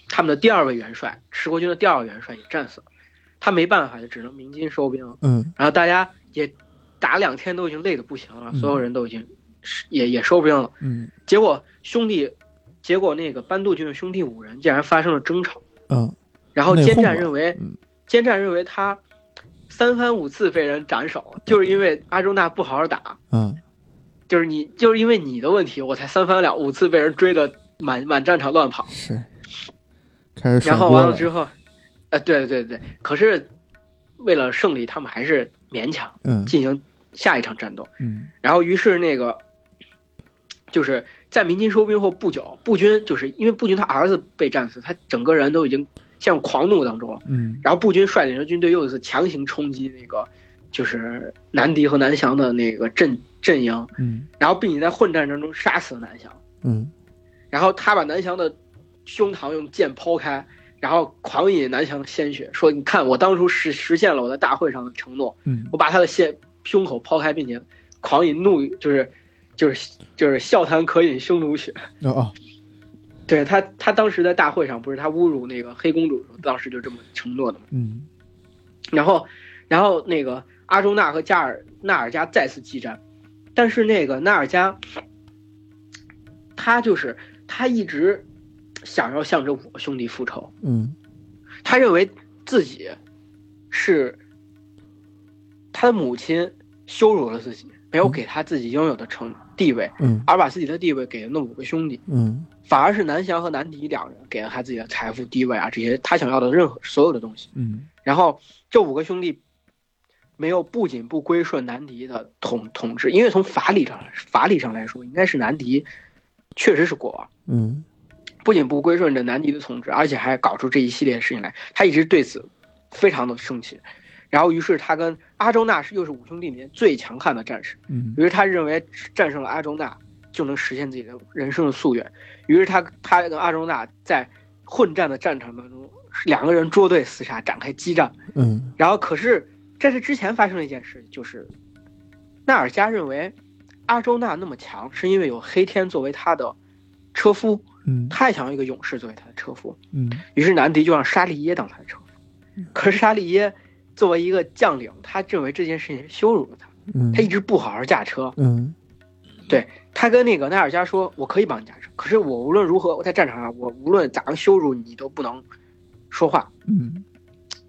B: 他们的第二位元帅，十国军的第二位元帅也战死了。他没办法，就只能鸣金收兵。
A: 嗯
B: 然后大家也打两天都已经累得不行了，
A: 嗯
B: 所有人都已经也也收兵了。
A: 嗯
B: 结果兄弟，结果那个班杜军的兄弟五人竟然发生了争吵。
A: 啊
B: 然后
A: 内
B: 奸
A: 讧
B: 战
A: 了
B: 认为
A: 嗯，
B: 奸战认为他三番五次被人斩首，就是因为阿周那不好好打，
A: 啊
B: 就是你就是因为你的问题，我才三番两五次被人追的满满战场乱跑。
A: 是，开始
B: 然
A: 甩
B: 后
A: 锅
B: 完
A: 了
B: 了之后，呃，对对对，可是为了胜利，他们还是勉强
A: 嗯
B: 进行下一场战斗。
A: 嗯
B: 然后于是那个就是在民军收兵后不久，步军就是因为步军他儿子被战死，他整个人都已经陷入狂怒当中了。
A: 嗯
B: 然后步军率领着军队又一次强行冲击那个就是南敌和南翔的那个阵阵营，
A: 嗯
B: 然后并且在混战当中杀死了南翔，
A: 嗯
B: 然后他把南翔的胸膛用剑剖开，然后狂饮南翔的鲜血，说：“你看，我当初实实现了我在大会上的承诺，
A: 嗯
B: 我把他的鲜胸口剖开，并且狂饮怒就是就是就是笑谈可饮匈奴血。”
A: 哦哦
B: 对他，他当时在大会上不是他侮辱那个黑公主的时候，当时就这么承诺的。
A: 嗯
B: 然后，然后那个阿周那和加尔纳尔加再次激战，但是那个纳尔加，他就是他一直想要向着我兄弟复仇，
A: 嗯
B: 他认为自己是他的母亲羞辱了自己，没有给他自己应有的成地位，
A: 嗯
B: 而把自己的地位给了那五个兄弟，
A: 嗯
B: 反而是南翔和南迪两人给了他自己的财富、地位啊这些他想要的任何所有的东西。
A: 嗯
B: 然后这五个兄弟没有不仅不归顺南迪的统统治，因为从法理上法理上来说，应该是南迪确实是国王，
A: 嗯
B: 不仅不归顺着南迪的统治，而且还搞出这一系列事情来。他一直对此非常的生气。然后，于是他跟阿周那是又是五兄弟里面最强悍的战士。
A: 嗯
B: 于是他认为战胜了阿周那就能实现自己的人生的夙愿。于是他他跟阿周那在混战的战场当中，两个人捉对厮杀，展开激战。
A: 嗯
B: 然后可是在这之前发生了一件事，就是纳尔加认为阿周那那么强，是因为有黑天作为他的车夫，
A: 嗯
B: 他也想要一个勇士作为他的车夫。
A: 嗯
B: 于是南迪就让沙利耶当他的车夫。可是沙利耶作为一个将领，他认为这件事情羞辱了他，
A: 嗯
B: 他一直不好好驾车。
A: 嗯
B: 他跟那个纳尔加说：“我可以帮你驾车，可是我无论如何，我在战场上，我无论咋样羞辱你，你都不能说话。”
A: 嗯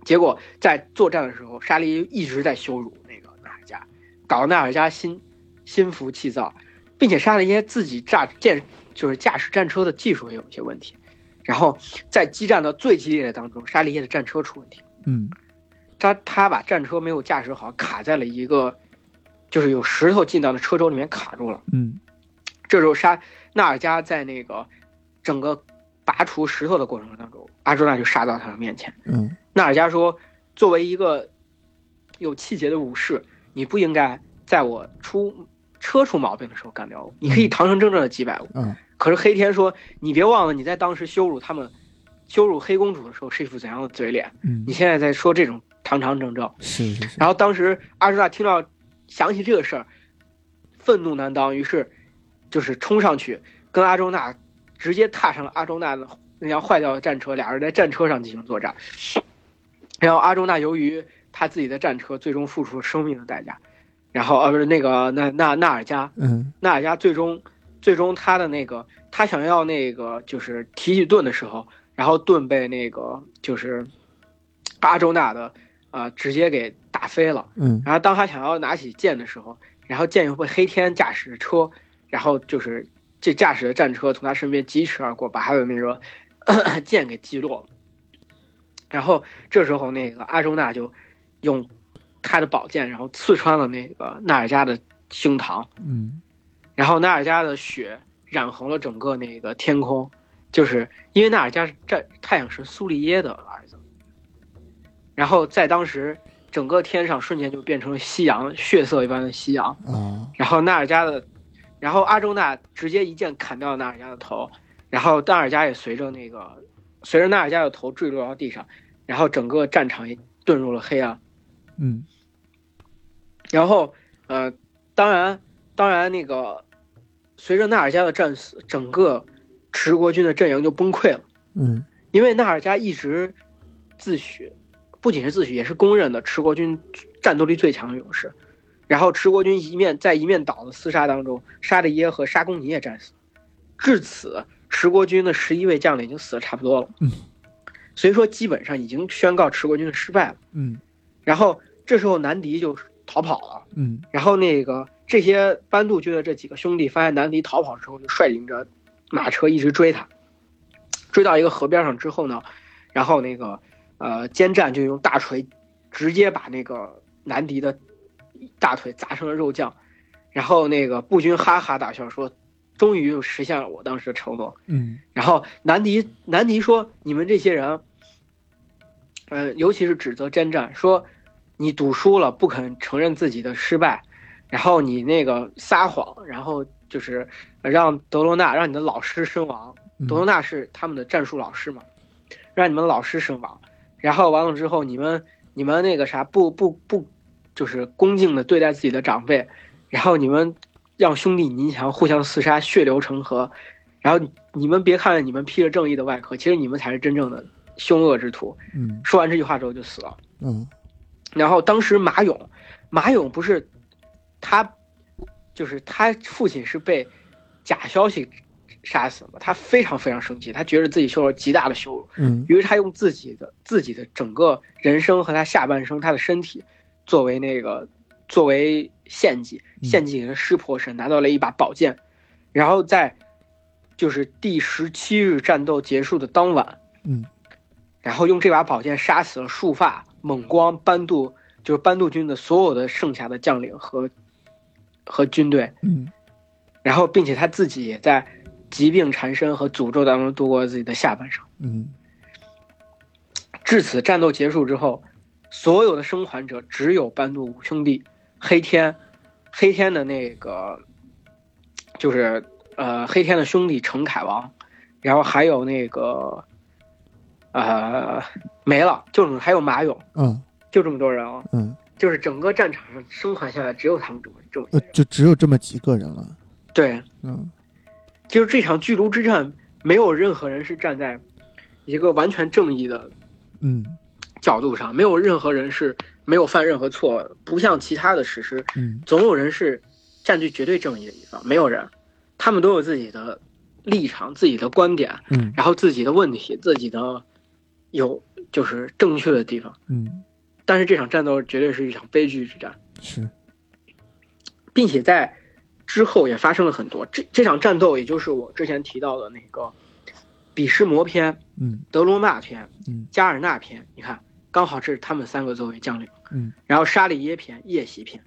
B: 结果在作战的时候，沙利一直在羞辱那个纳尔加，搞得纳尔加心心浮气躁，并且沙利耶自己驾驾就是驾驶战车的技术也有一些问题，然后在激战的最激烈的当中，沙利耶的战车出问题，
A: 嗯
B: 他他把战车没有驾驶好，卡在了一个就是有石头进到的车轴里面卡住了。
A: 嗯
B: 这时候沙纳尔加在那个整个拔除石头的过程当中，阿朱那就杀到他的面前。
A: 嗯
B: 纳尔加说：“作为一个有气节的武士，你不应该在我出车出毛病的时候干掉我，你可以堂堂正正的击败我。
A: 嗯
B: 可是黑天说，你别忘了你在当时羞辱他们、羞辱黑公主的时候是一副怎样的嘴脸，
A: 嗯
B: 你，现在在说这种堂堂正正。
A: 是是是，
B: 然后当时阿什纳听到想起这个事儿，愤怒难当，于是就是冲上去跟阿周娜直接踏上了阿周娜的那辆坏掉的战车，俩人在战车上进行作战。然后阿周娜由于他自己的战车最终付出了生命的代价，然后呃不是那个那那纳尔加
A: 嗯
B: 纳尔加最终最终他的那个他想要那个就是提起盾的时候，然后盾被那个就是阿周娜的啊、呃直接给打飞了。
A: 嗯
B: 然后当他想要拿起剑的时候，然后剑又被黑天驾驶着车，然后就是这驾驶的战车从他身边疾驰而过，把他的那个 [clears throat] 咳咳剑给击落了。然后这时候那个阿周娜就用他的宝剑，然后刺穿了那个纳尔加的胸膛，
A: 嗯
B: 然后纳尔加的血染红了整个那个天空，就是因为纳尔加是战太阳神苏利耶的儿子，然后在当时整个天上瞬间就变成了夕阳，血色一般的夕阳。
A: 啊，
B: 然后纳尔加的，然后阿周那直接一剑砍掉了纳尔加的头，然后纳尔加也随着那个随着纳尔加的头坠落到地上，然后整个战场也遁入了黑暗。
A: 嗯
B: 然后，呃，当然，当然，那个随着纳尔加的战死，整个十国军的阵营就崩溃了，
A: 嗯
B: 因为纳尔加一直自诩，不仅是自诩，也是公认的十国军战斗力最强的勇士。然后，十国军一面在一面倒的厮杀当中，沙利耶和沙公尼也战死。至此，十国军的十一位将领已经死的差不多了，
A: 嗯，
B: 所以说基本上已经宣告十国军的失败了。
A: 嗯
B: 然后，这时候南迪就逃跑了。
A: 嗯
B: 然后那个这些班杜军的这几个兄弟发现南迪逃跑之后，就率领着马车一直追他，追到一个河边上之后呢，然后那个呃奸战就用大锤直接把那个南迪的大腿砸成了肉酱，然后那个步军哈哈大笑说，终于又实现了我当时的承诺。
A: 嗯
B: 然后南迪南迪说：“你们这些人，呃，尤其是指责真战，说你赌输了，不肯承认自己的失败，然后你那个撒谎，然后就是让德罗纳让你的老师身亡。
A: 嗯
B: 德罗纳是他们的战术老师嘛，让你们老师身亡。然后完了之后，你们你们那个啥不不不，就是恭敬的对待自己的长辈，然后你们让兄弟泥强互相厮杀，血流成河。”然后你们别看你们披着正义的外壳，其实你们才是真正的凶恶之徒。
A: 嗯
B: 说完这句话之后就死了。
A: 嗯
B: 然后当时马勇，马勇不是他，就是他父亲是被假消息杀死的嘛，他非常非常生气，他觉得自己受了极大的羞辱，
A: 嗯
B: 于是他用自己的自己的整个人生和他下半生他的身体作为那个作为献祭，
A: 嗯
B: 献祭给了湿婆神，拿到了一把宝剑，然后在就是第十七日战斗结束的当晚，
A: 嗯，
B: 然后用这把宝剑杀死了束发、猛光、班杜，就是班杜军的所有的剩下的将领和和军队，
A: 嗯
B: 然后并且他自己也在疾病缠身和诅咒当中度过了自己的下半生。
A: 嗯
B: 至此，战斗结束之后，所有的生还者只有班杜五兄弟、黑天、黑天的那个，就是呃黑天的兄弟程凯王，然后还有那个，呃没了，就是还有马勇，
A: 嗯
B: 就这么多人啊，
A: 嗯，
B: 就是整个战场上生还下来只有他们这么这么
A: 呃，就只有这么几个人了。
B: 对，
A: 嗯
B: 就是这场巨龙之战，没有任何人是站在一个完全正义的
A: 嗯
B: 角度上，没有任何人是没有犯任何错，不像其他的史诗，
A: 嗯
B: 总有人是占据绝对正义的一方，没有人，他们都有自己的立场、自己的观点，
A: 嗯
B: 然后自己的问题、自己的有就是正确的地方。
A: 嗯，
B: 但是这场战斗绝对是一场悲剧之战，
A: 是
B: 并且在之后也发生了很多。这这场战斗，也就是我之前提到的那个《比湿魔篇》
A: 嗯
B: 德罗曼篇、
A: 嗯
B: 加尔纳篇，你看，刚好这是他们三个作为将领。
A: 嗯
B: 然后沙利耶篇、夜袭篇，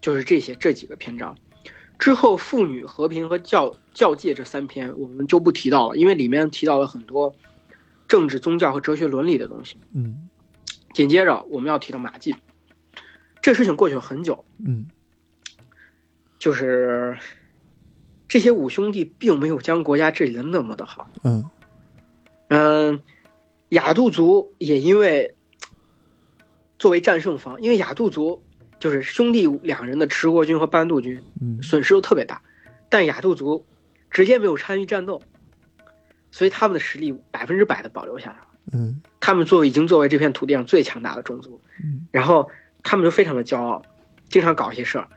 B: 就是这些这几个篇章。之后妇女和平和教教界这三篇我们就不提到了，因为里面提到了很多政治、宗教和哲学伦理的东西。
A: 嗯
B: 紧接着我们要提到马季，这事情过去了很久，
A: 嗯
B: 就是这些五兄弟并没有将国家治理的那么的好。
A: 嗯
B: 嗯，雅杜族也因为作为战胜方，因为雅杜族就是兄弟两人的持国军和班杜军
A: 嗯
B: 损失都特别大，但雅杜族直接没有参与战斗，所以他们的实力百分之百的保留下来了。
A: 嗯
B: 他们作为已经作为这片土地上最强大的种族，
A: 嗯
B: 然后他们就非常的骄傲，经常搞一些事儿。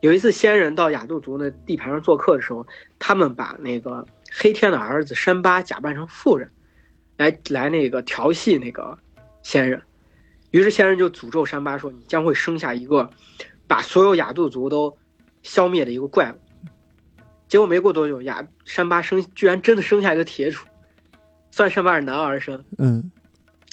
B: 有一次，仙人到雅杜族的地盘上做客的时候，他们把那个黑天的儿子山巴假扮成妇人，来来那个调戏那个仙人。于是仙人就诅咒山巴说：“你将会生下一个把所有雅杜族都消灭的一个怪物。”结果没过多久，雅山巴生居然真的生下一个铁杵，虽然山巴是男儿身，
A: 嗯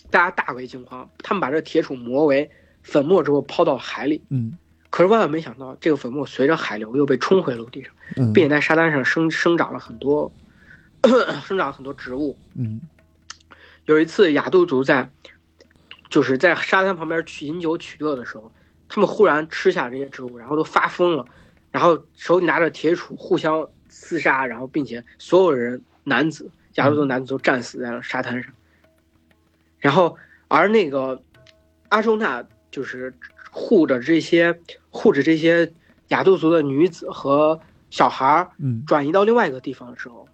B: 大家大为惊慌，他们把这铁杵磨为粉末之后抛到海里。
A: 嗯
B: 可是万万没想到，这个粉末随着海流又被冲回陆地上，
A: 嗯，
B: 并且在沙滩上生生长了很多， [coughs] 生长了很多植物。
A: 嗯
B: 有一次，雅杜族在就是在沙滩旁边去饮酒取乐的时候，他们忽然吃下这些植物，然后都发疯了，然后手里拿着铁杵互相厮杀，然后并且所有人男子雅杜族男子都战死在了沙滩上。然后，而那个阿周娜就是护着这些护着这些雅杜族的女子和小孩儿，
A: 嗯
B: 转移到另外一个地方的时候，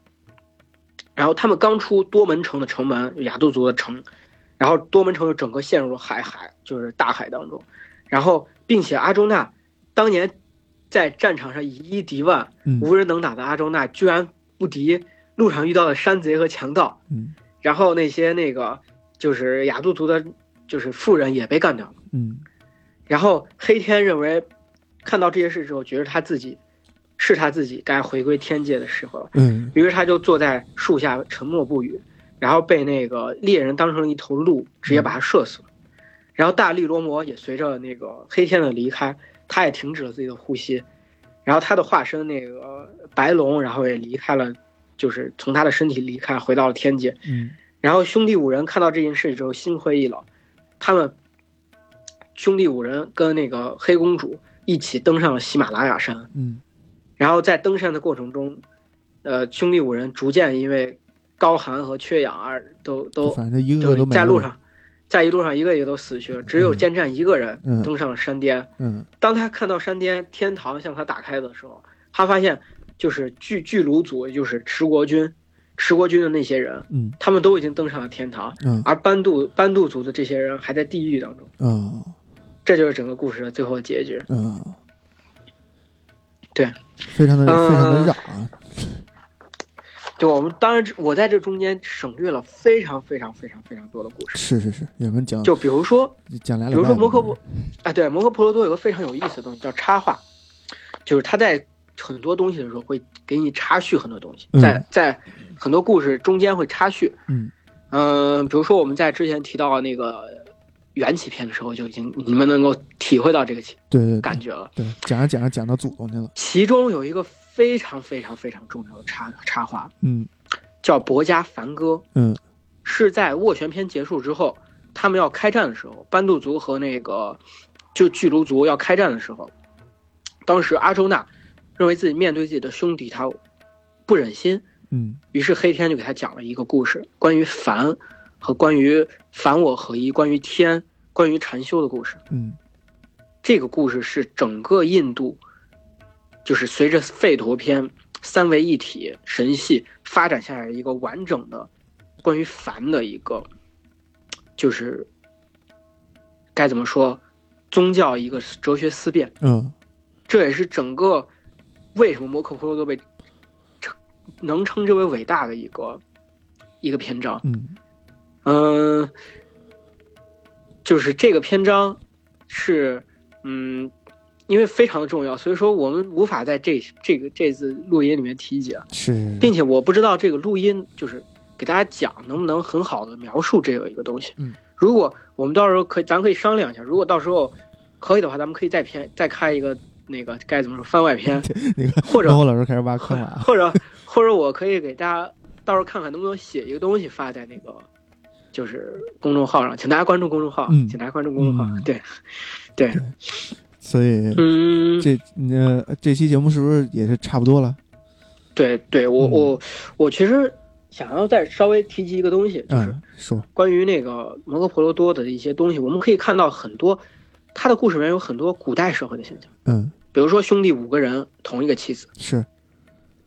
B: 然后他们刚出多门城的城门，雅杜族的城，然后多门城就整个陷入了海海，就是大海当中。然后，并且阿周那当年在战场上以一敌万，
A: 嗯
B: 无人能挡的阿周那居然不敌路上遇到的山贼和强盗，
A: 嗯
B: 然后那些那个就是雅杜族的，就是妇人也被干掉了。
A: 嗯
B: 然后黑天认为看到这些事之后，觉得他自己是他自己该回归天界的时候了。
A: 嗯
B: 于是他就坐在树下沉默不语，然后被那个猎人当成了一头鹿，直接把他射死了。然后大力罗摩也随着那个黑天的离开，他也停止了自己的呼吸，然后他的化身那个白龙，然后也离开了，就是从他的身体离开，回到了天界。
A: 嗯
B: 然后兄弟五人看到这件事之后心灰意冷，他们兄弟五人跟那个黑公主一起登上了喜马拉雅山。
A: 嗯
B: 然后在登山的过程中，呃，兄弟五人逐渐因为高寒和缺氧而都都
A: 反正一个
B: 都
A: 个都没
B: 在路上，在一路上一个一个都死去了，只有坚战一个人
A: 嗯
B: 登上了山巅。
A: 嗯
B: 当他看到山巅天堂向他打开的时候，他发现就是巨巨卢族，也就是持国军，持国军的那些人，
A: 嗯
B: 他们都已经登上了天堂，
A: 嗯
B: 而班杜班杜族的这些人还在地狱当中。
A: 嗯
B: 这就是整个故事的最后结局。
A: 嗯，
B: 对，嗯
A: 非常的非常的绕啊，
B: 对，我们当然这，我在这中间省略了非常非常非常非常多的故事。
A: 是是是，有人讲
B: 就比如说，
A: 讲俩礼
B: 比
A: 拜，
B: 如说摩诃波，啊，对，摩诃婆罗多有个非常有意思的东西叫插画，就是他在很多东西的时候会给你插叙很多东西，
A: 嗯
B: 在在很多故事中间会插叙。
A: 嗯
B: 嗯、比如说我们在之前提到那个缘起篇的时候，就已经你们能够体会到这个
A: 对对
B: 感
A: 对
B: 觉了。
A: 对，讲着讲着讲到祖宗去了，
B: 其中有一个非常非常非常重要的插插画，
A: 嗯
B: 叫《伯家梵歌》。
A: 嗯
B: 是在斡旋篇结束之后，他们要开战的时候，班杜族和那个就巨卢族要开战的时候，当时阿周那认为自己面对自己的兄弟，他不忍心，
A: 嗯
B: 于是黑天就给他讲了一个故事，关于凡和关于凡我合一、关于天、关于禅修的故事。
A: 嗯
B: 这个故事是整个印度，就是随着吠陀篇三位一体神系发展下来的一个完整的关于梵的一个，就是该怎么说，宗教一个哲学思辨。
A: 嗯
B: 这也是整个为什么摩诃婆罗多被称能称之为伟大的一个一个篇章。
A: 嗯
B: 嗯，就是这个篇章是，嗯，因为非常的重要，所以说我们无法在这这个这次录音里面提及，啊
A: 是，
B: 并且我不知道这个录音就是给大家讲能不能很好的描述这个一个东西。
A: 嗯，
B: 如果我们到时候可以，咱可以商量一下，如果到时候可以的话，咱们可以再篇再开一个那个该怎么说番外篇，
A: [laughs] 那个
B: 或者嗯
A: 然后老师开始挖坑了啊，
B: 或者或者我可以给大家到时候看看能不能写一个东西发在那个就是公众号上，请大家关注公众号，
A: 嗯
B: 请大家关注公众号。
A: 嗯
B: 对，对，
A: 所以
B: 嗯，
A: 这呃这期节目是不是也是差不多了？
B: 对对，我
A: 嗯
B: 我我其实想要再稍微提及一个东西，就是
A: 嗯，说
B: 关于那个摩诃婆罗多的一些东西，我们可以看到很多，他的故事里面有很多古代社会的现象，
A: 嗯
B: 比如说兄弟五个人同一个妻子，
A: 是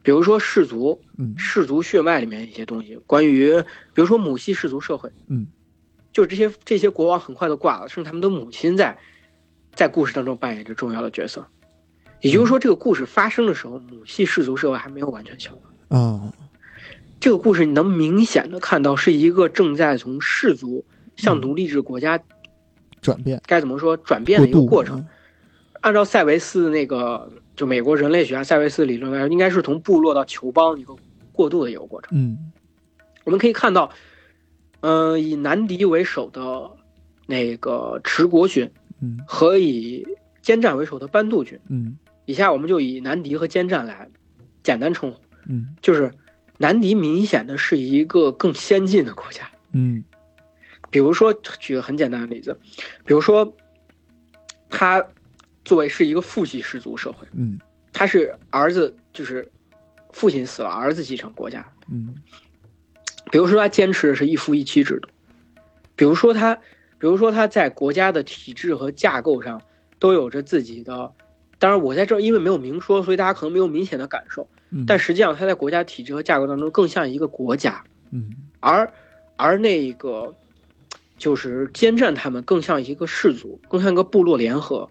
B: 比如说氏族
A: 嗯
B: 氏族血脉里面一些东西，关于比如说母系氏族社会，
A: 嗯，
B: 就是这些这些国王很快都挂了，甚至他们的母亲在在故事当中扮演着重要的角色。也就是说，这个故事发生的时候，母系氏族社会还没有完全消亡。
A: 啊
B: 这个故事你能明显的看到，是一个正在从氏族
A: 嗯
B: 向奴隶制国家
A: 转变
B: 该怎么说转变
A: 过
B: 的一个
A: 渡嗯
B: 过程。按照塞维斯的那个就美国人类学家塞维斯的理论来说，应该是从部落到酋邦一个过渡的一个过程。
A: 嗯
B: 我们可以看到，呃，以南迪为首的那个持国军
A: 嗯
B: 和以坚战为首的班杜军，
A: 嗯
B: 以下我们就以南迪和坚战来简单称呼，
A: 嗯
B: 就是南迪明显的是一个更先进的国家。
A: 嗯
B: 比如说，举个很简单的例子，比如说，他作为是一个父系氏族社会，
A: 嗯
B: 他是儿子，就是父亲死了，儿子继承国家。
A: 嗯
B: 比如说，他坚持的是一夫一妻制度。比如说他，比如说他在国家的体制和架构上都有着自己的。当然，我在这儿因为没有明说，所以大家可能没有明显的感受。
A: 嗯，
B: 但
A: 是
B: 实际上，他在国家体制和架构当中更像一个国家。
A: 嗯
B: 而而那个就是坚战，他们更像一个氏族，更像一个部落联合，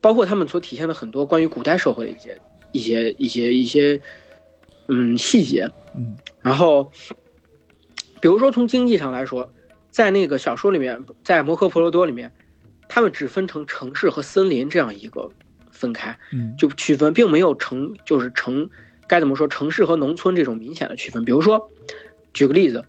B: 包括他们所体现的很多关于古代社会的一些一些一些一些嗯细节。
A: 嗯
B: 然后，比如说从经济上来说，在那个小说里面，在《摩诃婆罗多》里面，他们只分成城市和森林这样一个分开，
A: 嗯
B: 就区分，并没有城就是城该怎么说城市和农村这种明显的区分。比如说，举个例子，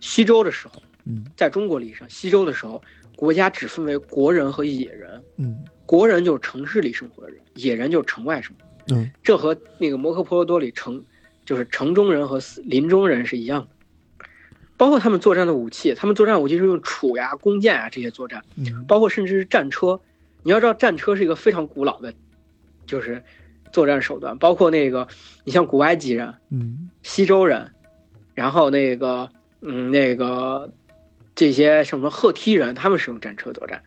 B: 西周的时候，
A: 嗯
B: 在中国历史上，西周的时候，国家只分为国人和野人，
A: 嗯
B: 国人就是城市里生活的人，野人就是城外生活。
A: 嗯
B: 这和那个摩诃婆罗多里城就是城中人和林中人是一样的。包括他们作战的武器，他们作战武器是用杵呀、弓箭啊呀这些作战，
A: 嗯
B: 包括甚至是战车。你要知道，战车是一个非常古老的，就是作战手段。包括那个，你像古埃及人、
A: 嗯
B: 西周人，然后那个，嗯，那个这些什么赫梯人，他们使用战车作战，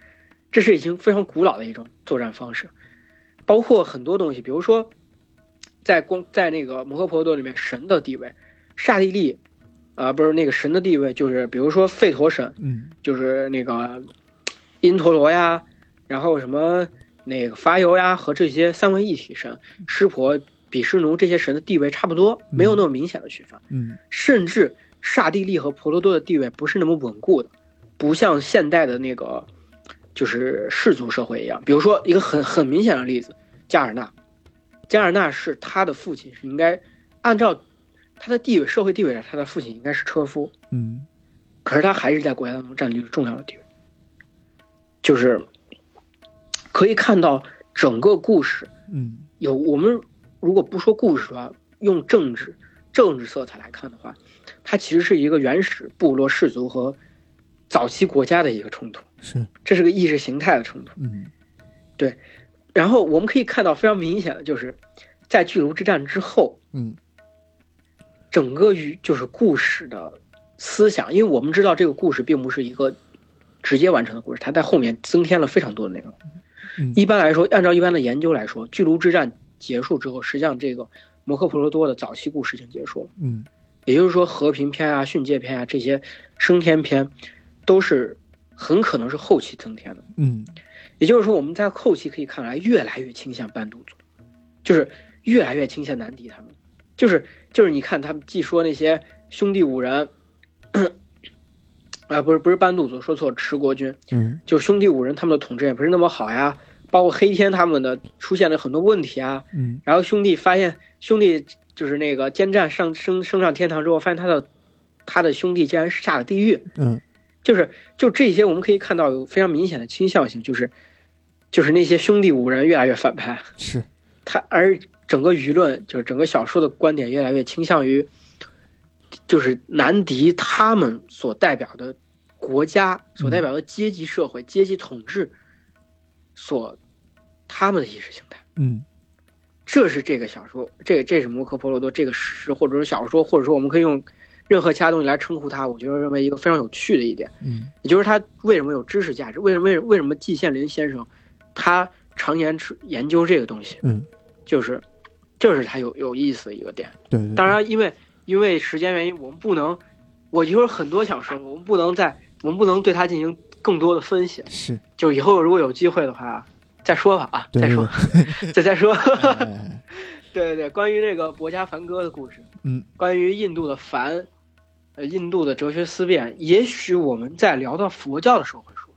B: 这是已经非常古老的一种作战方式。包括很多东西，比如说，在光在那个摩诃婆罗多里面，神的地位，刹帝利，呃，不是那个神的地位，就是比如说吠陀神，
A: 嗯
B: 就是那个因陀罗呀，然后什么那个伐尤呀和这些三位一体神、湿婆、比湿奴这些神的地位差不多，没有那么明显的区分，
A: 嗯
B: 甚至刹帝利和婆罗多的地位不是那么稳固的，不像现代的那个就是氏族社会一样。比如说一个很很明显的例子，加尔纳，加尔纳是他的父亲是应该按照他的地位社会地位来，他的父亲应该是车夫，
A: 嗯
B: 可是他还是在国家当中占据了重要的地位，就是可以看到整个故事
A: 嗯
B: 有我们如果不说故事的话，用政治政治色彩来看的话，它其实是一个原始部落氏族和早期国家的一个冲突，
A: 是
B: 这是个意识形态的冲突。
A: 嗯
B: 然后我们可以看到非常明显的就是，在巨龙之战之后，
A: 嗯
B: 整个与就是故事的思想，因为我们知道这个故事并不是一个直接完成的故事，它在后面增添了非常多的内容。
A: 嗯
B: 一般来说，按照一般的研究来说，巨鹿之战结束之后，实际上这个摩诃婆罗多的早期故事已经结束了，
A: 嗯
B: 也就是说，和平篇啊、训诫篇啊这些升天篇，都是很可能是后期增添的。
A: 嗯
B: 也就是说，我们在后期可以看来，越来越倾向班杜族，就是越来越倾向南迪他们，就是就是你看他们既说那些兄弟五人， [clears throat] 啊不是不是班杜族，说错了，持国军，
A: 嗯
B: 就是兄弟五人他们的统治也不是那么好呀，包括黑天他们的出现了很多问题啊，
A: 嗯
B: 然后兄弟发现兄弟就是那个奸战上升升上天堂之后，发现他的他的兄弟竟然是下了地狱，
A: 嗯
B: 就是就这些，我们可以看到有非常明显的倾向性，就是就是那些兄弟五人越来越反派，
A: 是
B: 他而整个舆论就是整个小说的观点越来越倾向于，就是南迪他们所代表的国家、所代表的阶级社会、阶级统治所他们的意识形态。
A: 嗯
B: 这是这个小说，这这是摩诃婆罗多这个史诗，或者说小说，或者说我们可以用任何其他东西来称呼它。我觉得认为一个非常有趣的一点，
A: 嗯
B: 也就是它为什么有知识价值，为什么为什么为什么季羡林先生他常年吃研究这个东西，
A: 嗯，
B: 就是这是他有有意思的一个点。
A: 对对，对
B: 当，然，因为因为时间原因，我们不能，我一会儿很多想说，我们不能在我们不能对它进行更多的分析，
A: 是
B: 就以后如果有机会的话再说吧啊，
A: 对
B: 再
A: 对
B: 说，再再说。
A: 哎哎哎
B: 对对对，关于这个博伽梵歌的故事，
A: 嗯，
B: 关于印度的梵，呃，印度的哲学思辨，也许我们在聊到佛教的时候会说，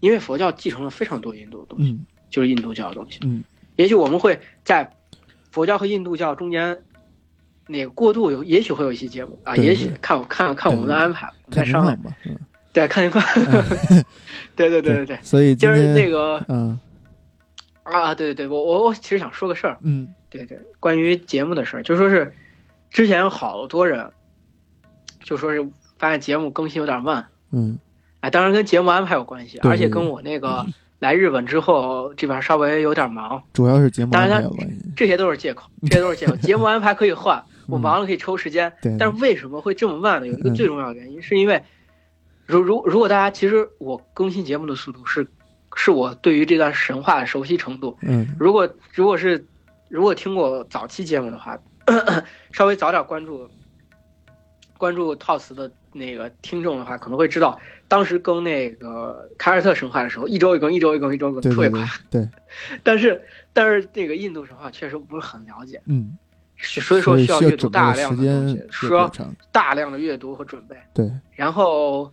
B: 因为佛教继承了非常多印度的东西，
A: 嗯
B: 就是印度教的东西。
A: 嗯，
B: 也许我们会在佛教和印度教中间哪个过渡有，也许会有一期节目啊，
A: 对
B: 也许看我看看我们的安排，我们再
A: 看情
B: 商
A: 况
B: 量。
A: 吧，嗯，
B: 对，看情况。 [laughs] 对对对对
A: [laughs]
B: 对，
A: 所以今
B: 今儿
A: 天
B: 那个
A: 嗯
B: 啊，对对对，我我我其实想说个事儿。
A: 嗯
B: 对对，关于节目的事儿，就说是之前好多人就说是发现节目更新有点慢，
A: 嗯
B: 哎，当然跟节目安排有关系，
A: 对
B: 而且跟我那个来日本之后这边稍微有点忙，
A: 主要是节目
B: 当
A: 安
B: 然
A: 排
B: 他
A: 有关系，
B: 这些都是借口，这些都是借口。节目安排可以
A: [laughs]
B: 换，我
A: 嗯
B: 忙了可以抽时间，
A: 对，
B: 但是为什么会这么慢呢？有一个
A: 嗯
B: 最重要的原因，是因为如如如果大家其实我更新节目的速度是，是我对于这段神话的熟悉程度，
A: 嗯
B: 如果如果是如果听过早期节目的话， [clears throat] 稍微早点关注关注 TOS 的那个听众的话，可能会知道，当时更那个凯尔特神话的时候，一周一更，一周一更，一周一更，
A: 对
B: 特别
A: 对
B: 快
A: 对。对，
B: 但是但是那个印度神话确实不是很了解，
A: 嗯，
B: 所以说
A: 所以
B: 需要阅读
A: 准备
B: 大
A: 的
B: 量
A: 时
B: 的东西
A: 间，
B: 需
A: 也比较
B: 要
A: 长，
B: 大量的阅读和准备。
A: 对，
B: 然后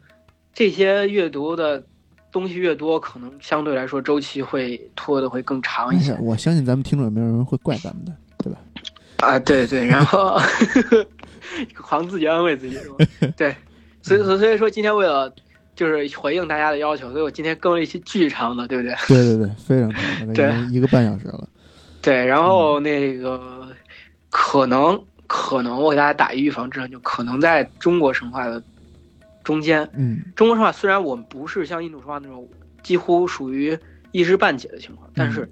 B: 这些阅读的东西越多，可能相对来说周期会拖的会更长一
A: 没
B: 些
A: 事。，我相信咱们听众也没有人会怪咱们的，对吧？
B: 啊，对对，然后 [laughs] 狂自己安慰自己是吧？对，所以所以所以说今天为了就是回应大家的要求，所以我今天更了一期巨长的，对不对？ [laughs]
A: 对对对，非常长，大概一个半小时了，
B: 对，然后那个可能可能我给大家打一预防针，就可能在中国神话的中间，
A: 嗯
B: 中国神话虽然我们不是像印度神话那种几乎属于一知半解的情况，但是、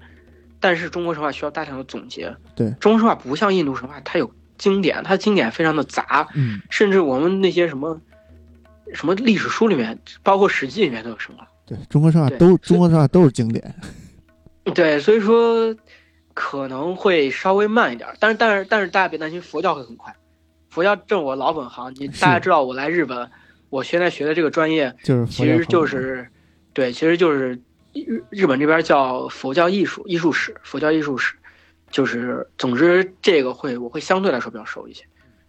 B: 但是中国神话需要大量的总结。
A: 对
B: 中国神话不像印度神话，它有经典，它经典非常的杂，
A: 嗯
B: 甚至我们那些什么什么历史书里面，包括《史记》里面都有神话。
A: 对，中国神话
B: 对
A: 都
B: 所以
A: 中国神话都是经典，
B: 对，所以说可能会稍微慢一点，但是但是但是大家别担心，佛教会很快。佛教正我老本行，你
A: 是
B: 大家知道我来日本，我现在学的这个专业
A: 就是佛
B: 其
A: 教
B: 实就
A: 方面
B: 是，对，其实就是日日本这边叫佛教艺术艺术史，佛教艺术史，就是总之这个会我会相对来说比较熟一些。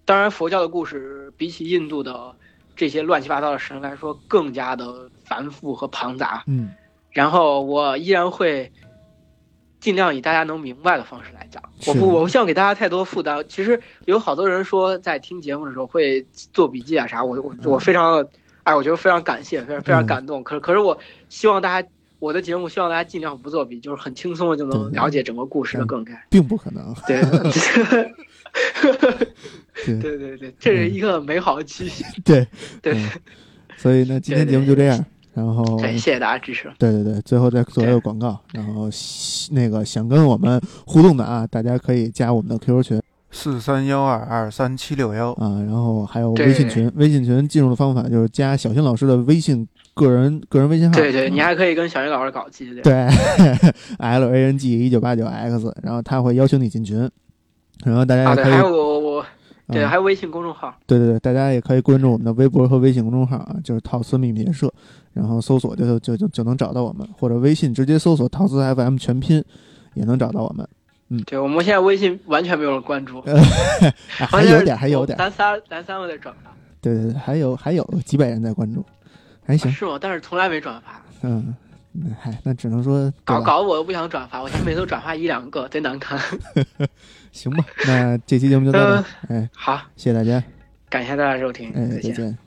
B: 当然，佛教的故事比起印度的这些乱七八糟的神来说，更加的繁复和庞杂。
A: 嗯
B: 然后我依然会尽量以大家能明白的方式来讲。我
A: 是
B: 不，我不希望给大家太多负担。其实有好多人说在听节目的时候会做笔记啊啥，我我我非常，哎，我觉得非常感谢，非常
A: 嗯
B: 非常感动。可是可是我希望大家。我的节目希望大家尽量不作弊，就是很轻松的就能
A: 对嗯
B: 了解整个故事的更改。
A: 并不可能，
B: 对， [laughs]
A: 对嗯
B: 对对对，这是一个美好的期许。
A: 对
B: 对
A: 嗯哦所以呢，今天节目就这样，然后
B: 对，哎谢谢大家支持。
A: 对对对，最后再做一个广告，然后那个想跟我们互动的啊，大家可以加我们的 QQ 群
C: 四三幺二二三七六幺。
A: 啊，然后还有
B: 对
A: 微信群，微信群进入的方法就是加小新老师的微信个人个人微信号，
B: 对对，
A: 嗯
B: 你还可以跟小云老师搞基，对
A: 对 [laughs] ，L A N G 一九八九 X，然后他会邀请你进群，然后大家
B: 啊，
A: 也
B: 对，
A: 可以
B: 还有我我对，
A: 嗯
B: 还有微信公众号。
A: 对对对，大家也可以关注我们的微博和微信公众号啊，就是“套丝秘密结社”，然后搜索就就就就能找到我们，或者微信直接搜索“套丝 FM” 全拼，也能找到我们。
B: 对，我们现在微信完全没有人关注，
A: 哎、呃还有点，还有点，
B: 咱仨咱三个在转发、
A: 对对对，还有还有几百人在关注，还行，
B: 是吗？但是从来没转发，
A: 嗯，那嗨，那只能说对
B: 搞
A: 吧？
B: 搞得我都不想转发，我现在每次都转发一两个，贼难看。
A: 行吧，那这期节目就到这儿，哎，
B: [laughs] 好，
A: 谢谢大家，
B: 嗯感谢大家收听，
A: 哎，
B: 再
A: 再
B: 见。
A: 见。